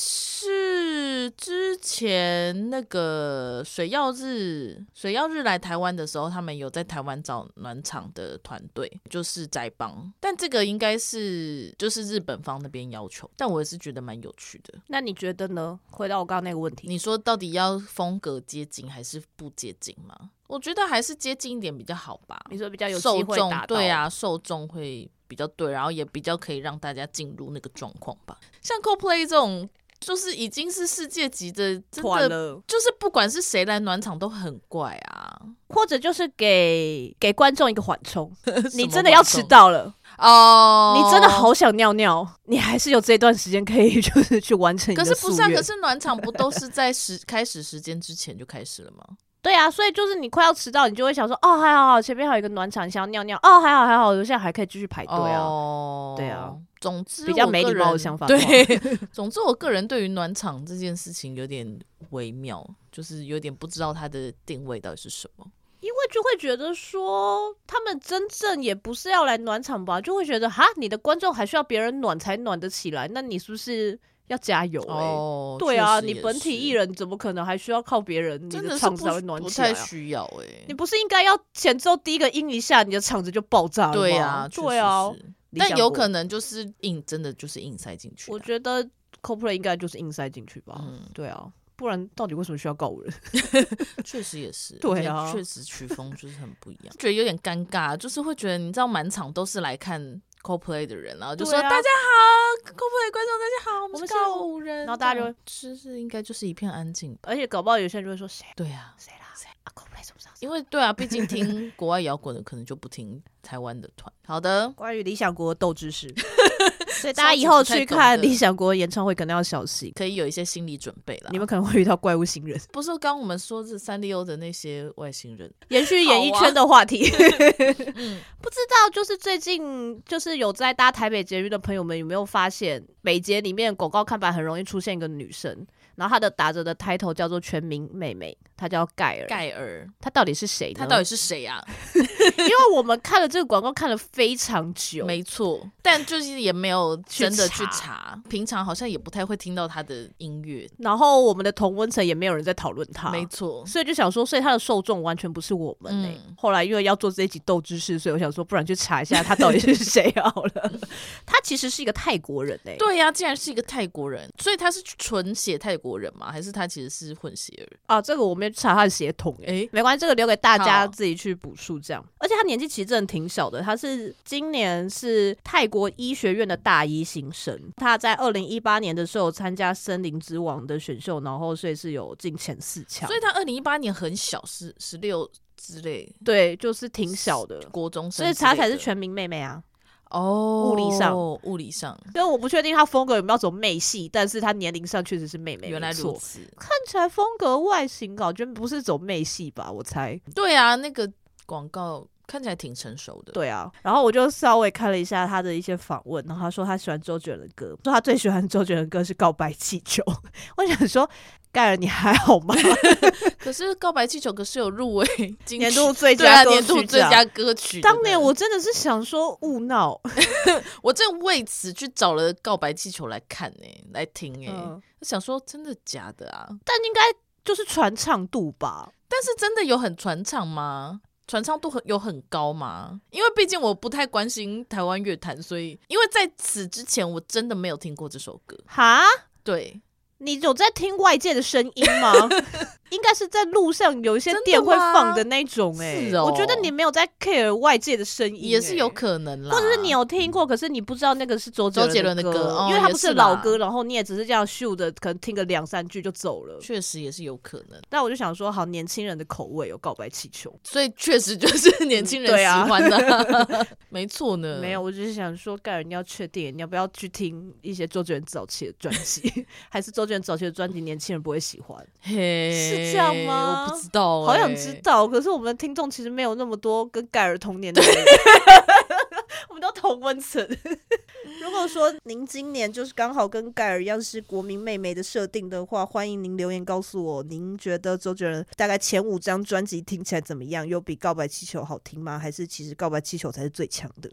Speaker 1: 是之前那个水曜日，水曜日来台湾的时候，他们有在台湾找暖场的团队，就是宅帮。但这个应该是就是日本方那边要求，但我也是觉得蛮有趣的。
Speaker 2: 那你觉得呢？回到我刚刚那个问题，
Speaker 1: 你说到底要风格接近还是不接近吗？我觉得还是接近一点比较好吧。
Speaker 2: 你说比较有机
Speaker 1: 受
Speaker 2: 会
Speaker 1: 众
Speaker 2: 达到
Speaker 1: 对，啊，受众会比较对，然后也比较可以让大家进入那个状况吧。像 CoPlay 这种，就是已经是世界级的，真
Speaker 2: 团
Speaker 1: 的
Speaker 2: 了，
Speaker 1: 就是不管是谁来暖场都很怪
Speaker 2: (laughs)
Speaker 1: 啊。
Speaker 2: 或者就是给给观众一个缓
Speaker 1: (laughs)
Speaker 2: 冲，
Speaker 1: 什
Speaker 2: 你
Speaker 1: 么
Speaker 2: 真的要
Speaker 1: 活
Speaker 2: 迟
Speaker 1: 动
Speaker 2: 到了。
Speaker 1: 哦，
Speaker 2: 你真的。好想尿尿，你还是有这段时间可以 (laughs) 就是去完成你
Speaker 1: 可
Speaker 2: 的
Speaker 1: 是
Speaker 2: 夙
Speaker 1: 不是啊？
Speaker 2: 愿
Speaker 1: 可是暖场不都是在时开始时间之前就开始了吗？
Speaker 2: 对啊，所以就是你快要迟到，你就会想说，哦，还好，还好前面还有一个暖场，你想要尿尿，哦，还好，还好，我现在还可以继续排队啊。
Speaker 1: 哦
Speaker 2: 对啊。
Speaker 1: 总之，
Speaker 2: 比较没礼貌的想法的话
Speaker 1: 对，
Speaker 2: (laughs)
Speaker 1: 总之我个人对于暖场这件事情有点微妙，就是有点不知道它的定位到底是什么。
Speaker 2: 因为就会觉得说，他们真正也不是要来暖场吧，就会觉得哈，你的观众还需要别人暖才暖得起来，那你是不是要加油、欸？
Speaker 1: 哦，
Speaker 2: 对
Speaker 1: 确
Speaker 2: 啊，
Speaker 1: 实
Speaker 2: 你
Speaker 1: 也
Speaker 2: 本体艺
Speaker 1: 是
Speaker 2: 人怎么可能还需要靠别人，你
Speaker 1: 真的是
Speaker 2: 场子
Speaker 1: 不
Speaker 2: 才会暖
Speaker 1: 不
Speaker 2: 起来、
Speaker 1: 太
Speaker 2: 啊？
Speaker 1: 需要哎、
Speaker 2: 你不是应该要前奏第一个音一下，你的场子就爆炸了吗？
Speaker 1: 对啊，确
Speaker 2: 对
Speaker 1: 实
Speaker 2: 啊，
Speaker 1: 是
Speaker 2: 理
Speaker 1: 但
Speaker 2: 想
Speaker 1: 有
Speaker 2: 国
Speaker 1: 可能就是硬，真的就是硬塞进去的。
Speaker 2: 我觉得 CoPlay 应该就是硬塞进去吧。
Speaker 1: 嗯
Speaker 2: 对啊，不然到底为什么需要告五人？ (laughs)
Speaker 1: 确实也是，
Speaker 2: 对
Speaker 1: 而且
Speaker 2: 啊
Speaker 1: 确实曲风就是很不一样， (laughs) 觉得有点尴尬，就是会觉得你知道满场都是来看 CoPlay 的人，然后就
Speaker 2: 对
Speaker 1: 说、
Speaker 2: 啊
Speaker 1: 大家好，CoPlay 观众大家好，我
Speaker 2: 我
Speaker 1: 们
Speaker 2: 们
Speaker 1: 是
Speaker 2: 是
Speaker 1: 告五人，
Speaker 2: 然后大家
Speaker 1: 这样
Speaker 2: 就
Speaker 1: 就是应该就是一片安静吧。
Speaker 2: 而且搞不好有些人就会说谁
Speaker 1: 对啊，
Speaker 2: 谁啦，谁啊 CoPlay 怎么上？
Speaker 1: 因为对啊，毕竟听国外摇滚的可能就不听台湾的团。好的，
Speaker 2: (laughs) 关于理想国的斗智 (laughs) 士，所以
Speaker 1: 大
Speaker 2: 大
Speaker 1: 家
Speaker 2: 家
Speaker 1: 以
Speaker 2: 以
Speaker 1: 后
Speaker 2: 后
Speaker 1: 去
Speaker 2: 去
Speaker 1: 看
Speaker 2: 看
Speaker 1: 理
Speaker 2: 理想国演唱会，可能要小心，
Speaker 1: 可以有一些心理准备了。
Speaker 2: 你们可能会遇到怪物新人。
Speaker 1: 不是刚我们说这三丽鸥的那些外星人，
Speaker 2: 延续演艺
Speaker 1: 好啊
Speaker 2: 圈的话题，
Speaker 1: 嗯，
Speaker 2: (laughs) 不知道就是最近就是有在搭台北捷运的朋友们有没有发现，北捷里面广告看板很容易出现一个女生，然后她的打着的 title 叫做全民妹妹，她叫盖尔，
Speaker 1: 盖尔，
Speaker 2: 她到底是谁呢？
Speaker 1: 他到底是谁啊？
Speaker 2: 因为我们看了这个广告看了非常久，
Speaker 1: 没错， (laughs) 但就是也没有
Speaker 2: 去
Speaker 1: 真的去
Speaker 2: 查
Speaker 1: 查，平常好像也不太会听到他的音乐。
Speaker 2: 然后我们的同温层也没有人在讨论它，
Speaker 1: 没错，
Speaker 2: 所以就想说，所以它的受众完全不是我们呢、欸
Speaker 1: 嗯
Speaker 2: 后来因为要做这一集斗知识，所以我想说，不然去查一下他到底是
Speaker 1: (laughs)
Speaker 2: 谁好了。他其实是一个泰国人欸呢、
Speaker 1: 对呀、竟然是一个泰国人，所以他是纯血泰国人吗？还是他其实是混血儿？
Speaker 2: 啊，这个我没有查他的血统哎、
Speaker 1: 诶
Speaker 2: 没关系，这个留给大
Speaker 1: 好
Speaker 2: 家自己去补述这样。而且他年纪其实真的挺小的，他是今年是泰国医学院的大一新生，他在二零一八年的时候参加《森林之王》的选秀，然后所以是有进前四强
Speaker 1: 所，以他二零一八年很小，十十六之类，
Speaker 2: 对，就是挺小的。
Speaker 1: 国中生之
Speaker 2: 所
Speaker 1: 类
Speaker 2: 以
Speaker 1: 的，
Speaker 2: 他才是全民妹妹啊，
Speaker 1: 哦，
Speaker 2: 物理上
Speaker 1: 物理上，
Speaker 2: 所以我不确定他风格有没有走妹系，但是他年龄上确实是妹妹，
Speaker 1: 原来
Speaker 2: 没错
Speaker 1: 如此。 (laughs)
Speaker 2: 看起来风格外形感觉不是走妹系吧，我猜。
Speaker 1: 对啊，那个广告看起来挺成熟的。
Speaker 2: 对啊，然后我就稍微看了一下他的一些访问，然后他说他喜欢周杰伦的歌，说他最喜欢周杰伦的歌是《告白气球》。 (laughs) 我想说，盖尔你还好吗？
Speaker 1: 可是《告白气球》可是有入围 (laughs) 金曲
Speaker 2: (laughs) 年 (laughs) 度最
Speaker 1: 对啊，
Speaker 2: 佳歌曲
Speaker 1: 年度最
Speaker 2: 奖
Speaker 1: 佳歌曲的呢。
Speaker 2: 当年我真的是想说哦勿闹，
Speaker 1: 我正为此去找了《告白气球》来看呢、来听哎、
Speaker 2: 嗯
Speaker 1: 我想说真的假的啊？
Speaker 2: 但应该就是传唱度吧。
Speaker 1: 但是真的有很传唱吗？传唱度很有很高吗？因为毕竟我不太关心台湾乐坛，所以因为在此之前我真的没有听过这首歌。
Speaker 2: 哈，
Speaker 1: 对，
Speaker 2: 你
Speaker 4: 有在听外界的声音
Speaker 2: (laughs)
Speaker 4: 吗？应该是在路上有一些店会放的那种哎、
Speaker 1: 是哦
Speaker 4: 我觉得你没有在 care 外界的声音、
Speaker 1: 也是有
Speaker 4: 欸
Speaker 1: 可能啦，
Speaker 2: 或者是你有听过，可是你不知道那个是周
Speaker 1: 周杰伦
Speaker 2: 伦
Speaker 1: 的
Speaker 2: 歌，
Speaker 1: 歌哦
Speaker 2: 嗯因为它
Speaker 1: 也
Speaker 2: 不
Speaker 1: 是
Speaker 2: 是
Speaker 1: 啦
Speaker 2: 老歌，然后你也只是这样秀的，可能听个两三句就走了。
Speaker 1: 确实也是有可能，
Speaker 2: 但我就想说，好年轻人的口味有告白气球，
Speaker 1: 所以确实就是年轻人
Speaker 2: 对啊
Speaker 1: 喜欢的，
Speaker 2: (laughs)
Speaker 1: 没错
Speaker 4: 嗯
Speaker 1: 呢，
Speaker 2: 没有，。我只是想说，盖尔，你要确定你要不要去听一些周杰伦早期的专辑， (laughs) 还是周杰伦早期的专辑年轻人不会喜欢？
Speaker 1: 嘿，
Speaker 2: 是这样吗
Speaker 1: 我不知道、
Speaker 2: 好想
Speaker 1: 欸
Speaker 2: 知。道，可是我们的听众其实没有那么多跟盖尔同年的人， (laughs) 我们都同温层。 (laughs) 如果说您今年就是刚好跟盖尔一样是国民妹妹的设定的话，欢迎您留言告诉我，您觉得周杰伦大概前五张专辑听起来怎么样？有比《告白气球》好听吗？还是其实《告白气球》才是最强的？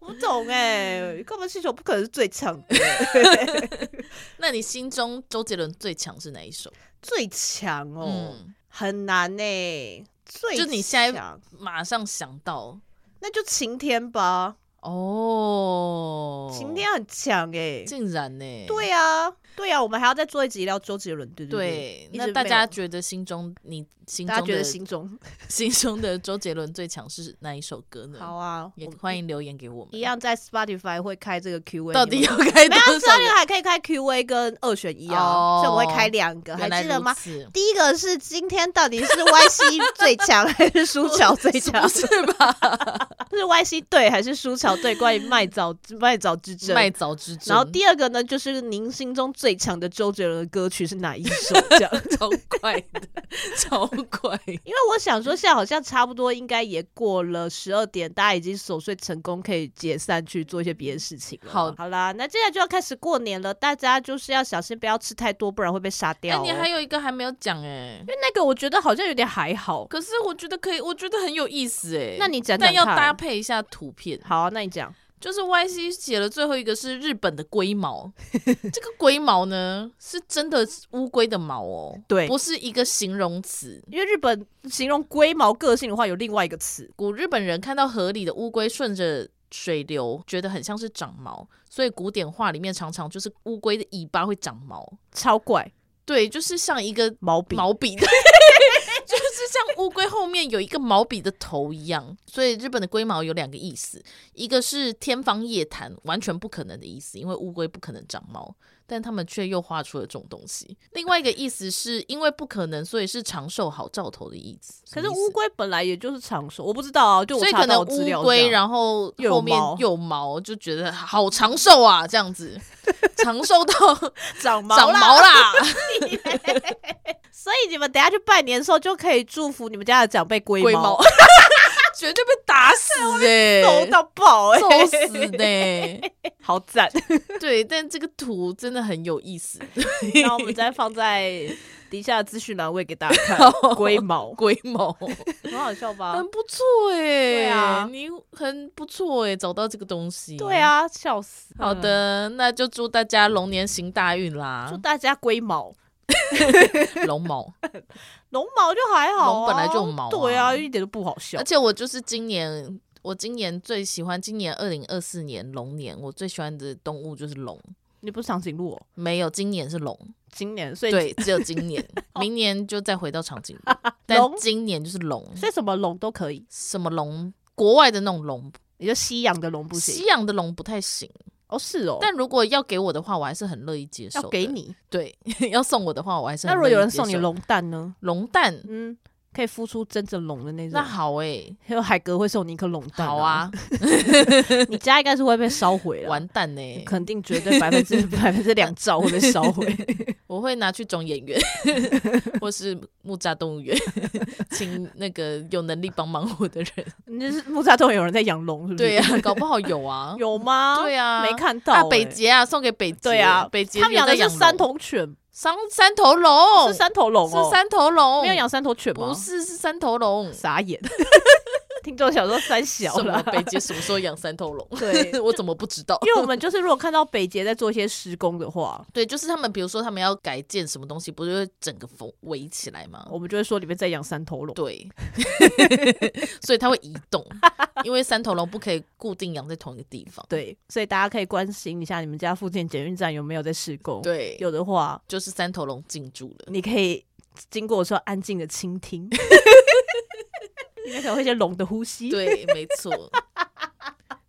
Speaker 2: 我不懂哎、告白气球》不可能是最强的，
Speaker 1: 那你心中周杰伦最强是哪一首？
Speaker 2: (laughs) 最强哦，
Speaker 1: 嗯，
Speaker 2: 很难哎、最
Speaker 1: 就你现在
Speaker 2: 强
Speaker 1: 马上想到
Speaker 2: 那就晴天吧，
Speaker 1: 哦，
Speaker 2: 晴天很强哎、
Speaker 1: 竟然呢、
Speaker 2: 对啊，对啊，我们还要再做一集聊周杰伦，对对
Speaker 1: 对，
Speaker 2: 一直
Speaker 1: 那大
Speaker 2: 没
Speaker 1: 家
Speaker 2: 有
Speaker 1: 觉得心中你心
Speaker 2: 对，
Speaker 1: 中
Speaker 2: 大家觉得
Speaker 1: 的
Speaker 2: 心中
Speaker 1: (laughs) 心中的周杰伦最强是哪一首歌呢？
Speaker 2: 好啊，
Speaker 1: 也
Speaker 2: 我
Speaker 1: 欢迎留言给我们。
Speaker 2: 一样在 Spotify 会开这个 Q&A，
Speaker 1: 到底
Speaker 2: 你
Speaker 1: 要
Speaker 2: 们
Speaker 1: 开
Speaker 2: 没
Speaker 1: 多
Speaker 2: 有啊
Speaker 1: 少个？
Speaker 2: Spotify 还可以开 Q&A 跟二选一啊，
Speaker 1: 哦
Speaker 2: 所以我们会开两个，还
Speaker 1: 原来
Speaker 2: 记得
Speaker 1: 如
Speaker 2: 吗？
Speaker 1: 此
Speaker 2: 第一个是今天到底是
Speaker 1: (laughs)
Speaker 2: YC 最强还是舒乔最强？ (laughs)
Speaker 1: 不是吧？
Speaker 2: 是 YC 对还是舒乔对？关于麦早麦早之争，
Speaker 1: 卖早之争，
Speaker 2: 然后第二个呢，就是您心中最强的周杰伦的歌曲是哪一首？这 (laughs) 样，
Speaker 1: (laughs) 超怪的，
Speaker 2: (laughs)
Speaker 1: 超怪的。
Speaker 2: 因为我想说，现在好像差不多应该也过了十二点，大家已经守岁成功，可以解散去做一些别的事情了。
Speaker 1: 好
Speaker 2: 好啦，那接下来就要开始过年了，大家就是要小心，不要吃太多，不然会被杀
Speaker 1: 哎、
Speaker 2: 掉、哦。
Speaker 1: 你还有一个还没有讲哎、
Speaker 2: 因为那个我觉得好像有点还好，
Speaker 1: 可是我觉得可以，我觉得很有意思哎、
Speaker 2: (laughs) 那你讲讲
Speaker 1: 但要
Speaker 2: 看
Speaker 1: 搭配一下图片。
Speaker 2: 好、啊那你讲，
Speaker 1: 就是 Y C 写了最后一个是日本的龟毛，这个龟毛呢是真的乌龟的毛哦，
Speaker 2: 对
Speaker 1: 不是一个形容词。
Speaker 2: 因为日本形容龟毛个性的话，有另外一个词，
Speaker 1: 古日本人看到河里的乌龟顺着水流，觉得很像是长毛，所以古典画里面常常就是乌龟的尾巴会长毛，
Speaker 2: 超怪
Speaker 1: 对，就是像一个
Speaker 2: 毛笔。
Speaker 1: 毛笔的， (laughs) 就是像乌龟后面有一个毛笔的头一样。所以日本的龟毛有两个意思，一个是天方夜谭，完全不可能的意思，因为乌龟不可能长毛，但他们却又画出了这种东西。另外一个意思是因为不可能，所以是长寿好兆头的意思。
Speaker 2: 可
Speaker 1: 什
Speaker 2: 是
Speaker 1: 么意
Speaker 2: 乌
Speaker 1: 思。
Speaker 2: 龟本来也就是长寿，我不知道啊，就我
Speaker 1: 所以
Speaker 2: 查
Speaker 1: 可能
Speaker 2: 到的资料
Speaker 1: 乌
Speaker 2: 是
Speaker 1: 龟，
Speaker 2: 这样
Speaker 1: 然后
Speaker 2: 又有
Speaker 1: 后面
Speaker 2: 毛
Speaker 1: 有毛，就觉得好长寿啊，这样 (laughs) 子，长寿到
Speaker 2: 长毛
Speaker 1: 长
Speaker 2: 啦
Speaker 1: 毛啦。
Speaker 2: 所以你们等一下去拜年的时候，就可以祝福你们家的长辈
Speaker 1: (laughs)
Speaker 2: 龟
Speaker 1: 龟
Speaker 2: 毛哎
Speaker 1: 毛， (laughs)
Speaker 2: (laughs)
Speaker 1: 绝对被打死 (laughs) 哎、
Speaker 2: 瘦到爆哎、
Speaker 1: 揍死 (laughs) 呢、
Speaker 2: (laughs) 好赞！
Speaker 1: 对，但这个图真的很有意思，
Speaker 2: (laughs)
Speaker 1: (laughs)
Speaker 2: 那我们再放在底下的资讯栏位给大家 (laughs) 看龟毛，嗯
Speaker 1: 龟毛，
Speaker 2: 很好笑吧
Speaker 1: (laughs) 很？不错哎、
Speaker 2: 对啊
Speaker 1: 你很不错哎、找到这个东西。
Speaker 2: 对，啊，笑死！
Speaker 1: 好的，那就祝大家龙年行大运
Speaker 2: 嗯，祝
Speaker 1: 啦，
Speaker 2: 大家龟毛。
Speaker 1: (laughs) 龙毛。
Speaker 2: 龙毛就还好、
Speaker 1: 龙
Speaker 2: 啊，
Speaker 1: 本来就有毛啊
Speaker 2: 对啊，一点都不好笑
Speaker 1: 而。且我就是今年，我今年最喜欢，今年二零二四年龙年，我最喜欢的动物就是龙。
Speaker 2: 你不是长颈鹿、哦，
Speaker 1: 没有，今年是龙，
Speaker 2: 今年所以
Speaker 1: 对，只有今 (laughs) 年，明年就再回到长 (laughs) 颈鹿，但
Speaker 2: 龙
Speaker 1: 今年就是龙，
Speaker 2: 所以什么龙都可以，
Speaker 1: 什么龙，国外的那种龙
Speaker 2: 你就西洋的龙不
Speaker 1: 西
Speaker 2: 行
Speaker 1: 洋的龙不太行，
Speaker 2: 哦，是哦，
Speaker 1: 但如果要给我的话，我还是很乐意接受。
Speaker 2: 要给，你。
Speaker 1: 对， (laughs) 要送我的话，我还是
Speaker 2: 那
Speaker 1: 很
Speaker 2: 如果
Speaker 1: 乐意
Speaker 2: 有人
Speaker 1: 接
Speaker 2: 送你
Speaker 1: 受
Speaker 2: 龙蛋呢？
Speaker 1: 龙蛋，
Speaker 2: 嗯，可以孵出真正龙的那种。
Speaker 1: 那好哎、
Speaker 2: 还有海格会送你一颗龙蛋、
Speaker 1: 好，啊，
Speaker 2: (laughs) 你家应该是会被烧毁了，
Speaker 1: 完蛋欸呢、
Speaker 2: 肯定绝对百分
Speaker 1: (laughs)
Speaker 2: 之百分之两兆会被烧毁。
Speaker 1: 我会拿去种演员， (laughs) 或是木栅动物园， (laughs) 请那个有能力帮忙我的
Speaker 2: (laughs)
Speaker 1: 人。
Speaker 2: 那是木栅洞有人在养龙，是不是？
Speaker 1: 对呀、搞不好有啊，
Speaker 2: (laughs) 有吗？
Speaker 1: 对啊
Speaker 2: 没看到、
Speaker 1: 啊
Speaker 2: 欸。
Speaker 1: 北捷啊，送给北捷，
Speaker 2: 对啊
Speaker 1: 北捷
Speaker 2: 他们
Speaker 1: 有
Speaker 2: 养
Speaker 1: 在
Speaker 2: 的
Speaker 1: 养
Speaker 2: 是三
Speaker 1: 龙
Speaker 2: 头犬，
Speaker 1: 三三头龙，
Speaker 2: 是三头龙哦，
Speaker 1: 是三头龙，
Speaker 2: 没有养三头犬
Speaker 1: (laughs)
Speaker 2: 吗？
Speaker 1: 不是是三头龙，
Speaker 2: 傻眼。
Speaker 5: 听众想说三小
Speaker 1: 什么
Speaker 5: 了，
Speaker 1: 北捷什么时候养三头龙？(laughs)
Speaker 2: 对，
Speaker 1: 我怎么不知道？
Speaker 2: 因为我们就是如果看到北捷在做一些施工的话，
Speaker 1: 对，就是他们，比如说他们要改建什么东西，不是会整个封围起来吗？
Speaker 2: 我们就会说里面在养三头龙。
Speaker 1: 对， (laughs) 所以它会移动，因为三头龙不可以固定养在同一个地方。
Speaker 2: 对，所以大家可以关心一下你们家附近捷运站有没有在施工。，
Speaker 1: 对，
Speaker 2: 有的话，
Speaker 1: 就是三头龙进驻了。
Speaker 2: (laughs) 你可以经过的时候安静的倾 (laughs) 听，应该可能会一些龙的呼吸。，
Speaker 1: 对，没错。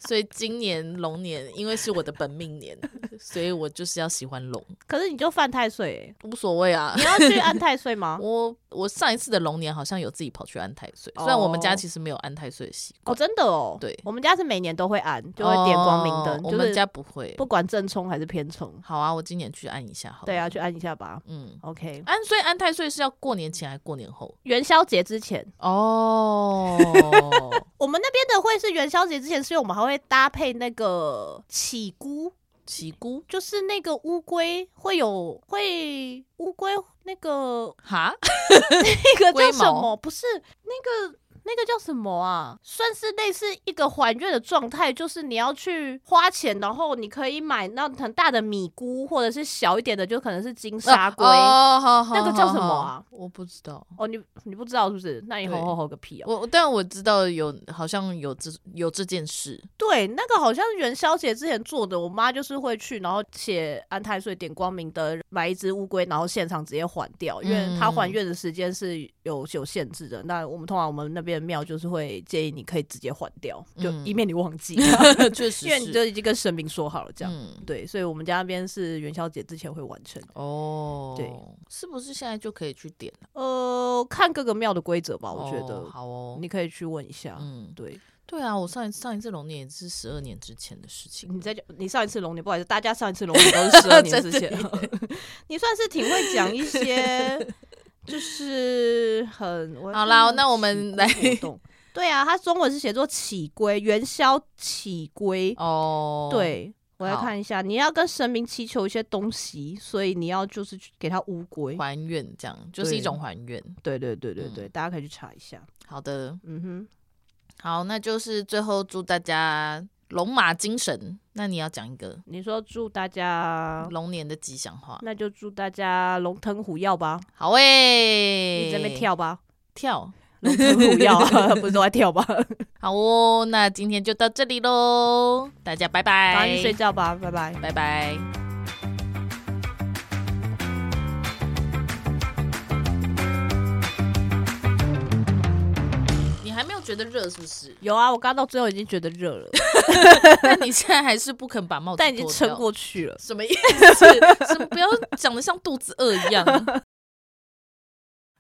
Speaker 1: 所以今年龙年，因为是我的本命年，所以我就是要喜欢龙，
Speaker 2: 可是你就犯太岁欸、
Speaker 1: 无所谓啊
Speaker 2: 你。要去安太岁 (laughs) 吗？
Speaker 1: 我我上一次的龙年好像有自己跑去安太岁，虽然我们家
Speaker 2: 哦
Speaker 1: 其实没有安太岁的习
Speaker 2: 哦，
Speaker 1: 惯，
Speaker 2: 真的哦，
Speaker 1: 对
Speaker 2: 我们家是每年都会安，就会点光明灯，
Speaker 1: 哦我
Speaker 2: 就
Speaker 1: 们
Speaker 2: 是
Speaker 1: 家不会。
Speaker 2: 不管正冲还是偏冲，
Speaker 1: 好啊，我今年去按一下好。
Speaker 2: 对啊，，去按一下吧。
Speaker 1: 嗯，
Speaker 2: OK，
Speaker 1: 安所以安太岁是要过年前还是过年后？
Speaker 2: 元宵节之前，
Speaker 1: (laughs) 哦，
Speaker 2: 我们那边的会是元宵节之前，是因为我们还会搭配那个起菇，
Speaker 1: 奇姑
Speaker 2: 就是那个乌龟会有会乌龟那个 (laughs)
Speaker 1: 哈，
Speaker 2: 那个
Speaker 1: 龟
Speaker 2: 叫什
Speaker 1: 毛
Speaker 2: 么？不是那个那个叫什么啊？算是类似一个还愿的状态，就是你要去花钱，然后你可以买那很大的米菇，或者是小一点的，就可能是金沙龟。
Speaker 1: 哦，好好，
Speaker 2: 那个叫
Speaker 1: 好
Speaker 2: 什么啊？
Speaker 1: 好我不知道。
Speaker 2: 哦，你你不知道是不是？那你
Speaker 1: 对
Speaker 2: 吼吼吼个屁哦！
Speaker 1: 我但我知道有好像有这有这件事， (laughs)
Speaker 2: 对，那个好像是元宵节之前做的，我妈就是会去，然后写安太岁点光明灯，买一只乌龟，然后现场直接还掉，因为她
Speaker 1: 嗯
Speaker 2: 还愿的时间是有有限制的。那我们通常我们那边的庙就是会建议你可以直接还掉，就
Speaker 1: 嗯
Speaker 2: 以免你忘记，
Speaker 1: 确实
Speaker 2: 因为
Speaker 1: (laughs)
Speaker 2: 你
Speaker 1: 是。
Speaker 2: 就已经跟神明说好了这样。
Speaker 1: 嗯，
Speaker 2: 对，所以我们家那边是元宵节之前会完成。
Speaker 1: 哦，
Speaker 2: 对，
Speaker 1: 是不是现在就可以去点了？
Speaker 2: 呃，看各个庙的规则吧，我觉
Speaker 1: 哦
Speaker 2: 得
Speaker 1: 好哦。
Speaker 2: 你可以去问一下。
Speaker 1: 嗯，
Speaker 2: 对，
Speaker 1: 对啊，我上一上一次龙年也是十二年之前的事情
Speaker 2: 你。在讲你上一次龙年，不好意思，大家上一次龙年都是
Speaker 1: (laughs)
Speaker 2: 十二年之
Speaker 1: 真的
Speaker 2: 前， (laughs) 你算是挺会讲一
Speaker 1: (laughs)
Speaker 2: 些，就是很我
Speaker 1: 好啦
Speaker 2: 看
Speaker 1: 那我们来
Speaker 2: 起龟活动。对啊，它中文是写作起龟，元宵起龟。
Speaker 1: 哦，，
Speaker 2: 对，我来
Speaker 1: 好
Speaker 2: 看一下，你要跟神明祈求一些东西，所以你要就是去给他乌龟。
Speaker 1: 还愿这样就是一
Speaker 2: 对
Speaker 1: 种还愿。
Speaker 2: 对对对对对，
Speaker 1: 嗯
Speaker 2: 大家可以去查一下。
Speaker 1: 好的，
Speaker 2: 嗯哼，
Speaker 1: 好，那就是最后祝大家龙马精神。那你要讲一个
Speaker 2: 你说祝大家，
Speaker 1: 龙年的吉祥话，
Speaker 2: 那就祝大家龙腾虎跃吧，
Speaker 1: 好诶、
Speaker 2: 你在那边跳吧，
Speaker 1: 跳，
Speaker 2: 龙腾虎跃啊， (laughs) 不是都在跳吧？
Speaker 1: 好哦。那今天就到这里喽，大家拜拜，
Speaker 2: 赶快去睡觉吧，拜拜。？
Speaker 1: 拜拜。你还没有觉得热是不是 (laughs)
Speaker 2: 有啊，我刚到最后已经觉得热了，
Speaker 1: 但你现在还是不肯把帽子
Speaker 2: (laughs) 但已经
Speaker 1: 脱
Speaker 2: 撑
Speaker 1: 掉
Speaker 2: 过去了。
Speaker 1: 什么意思？ (laughs) 是不要讲的像肚子饿一样。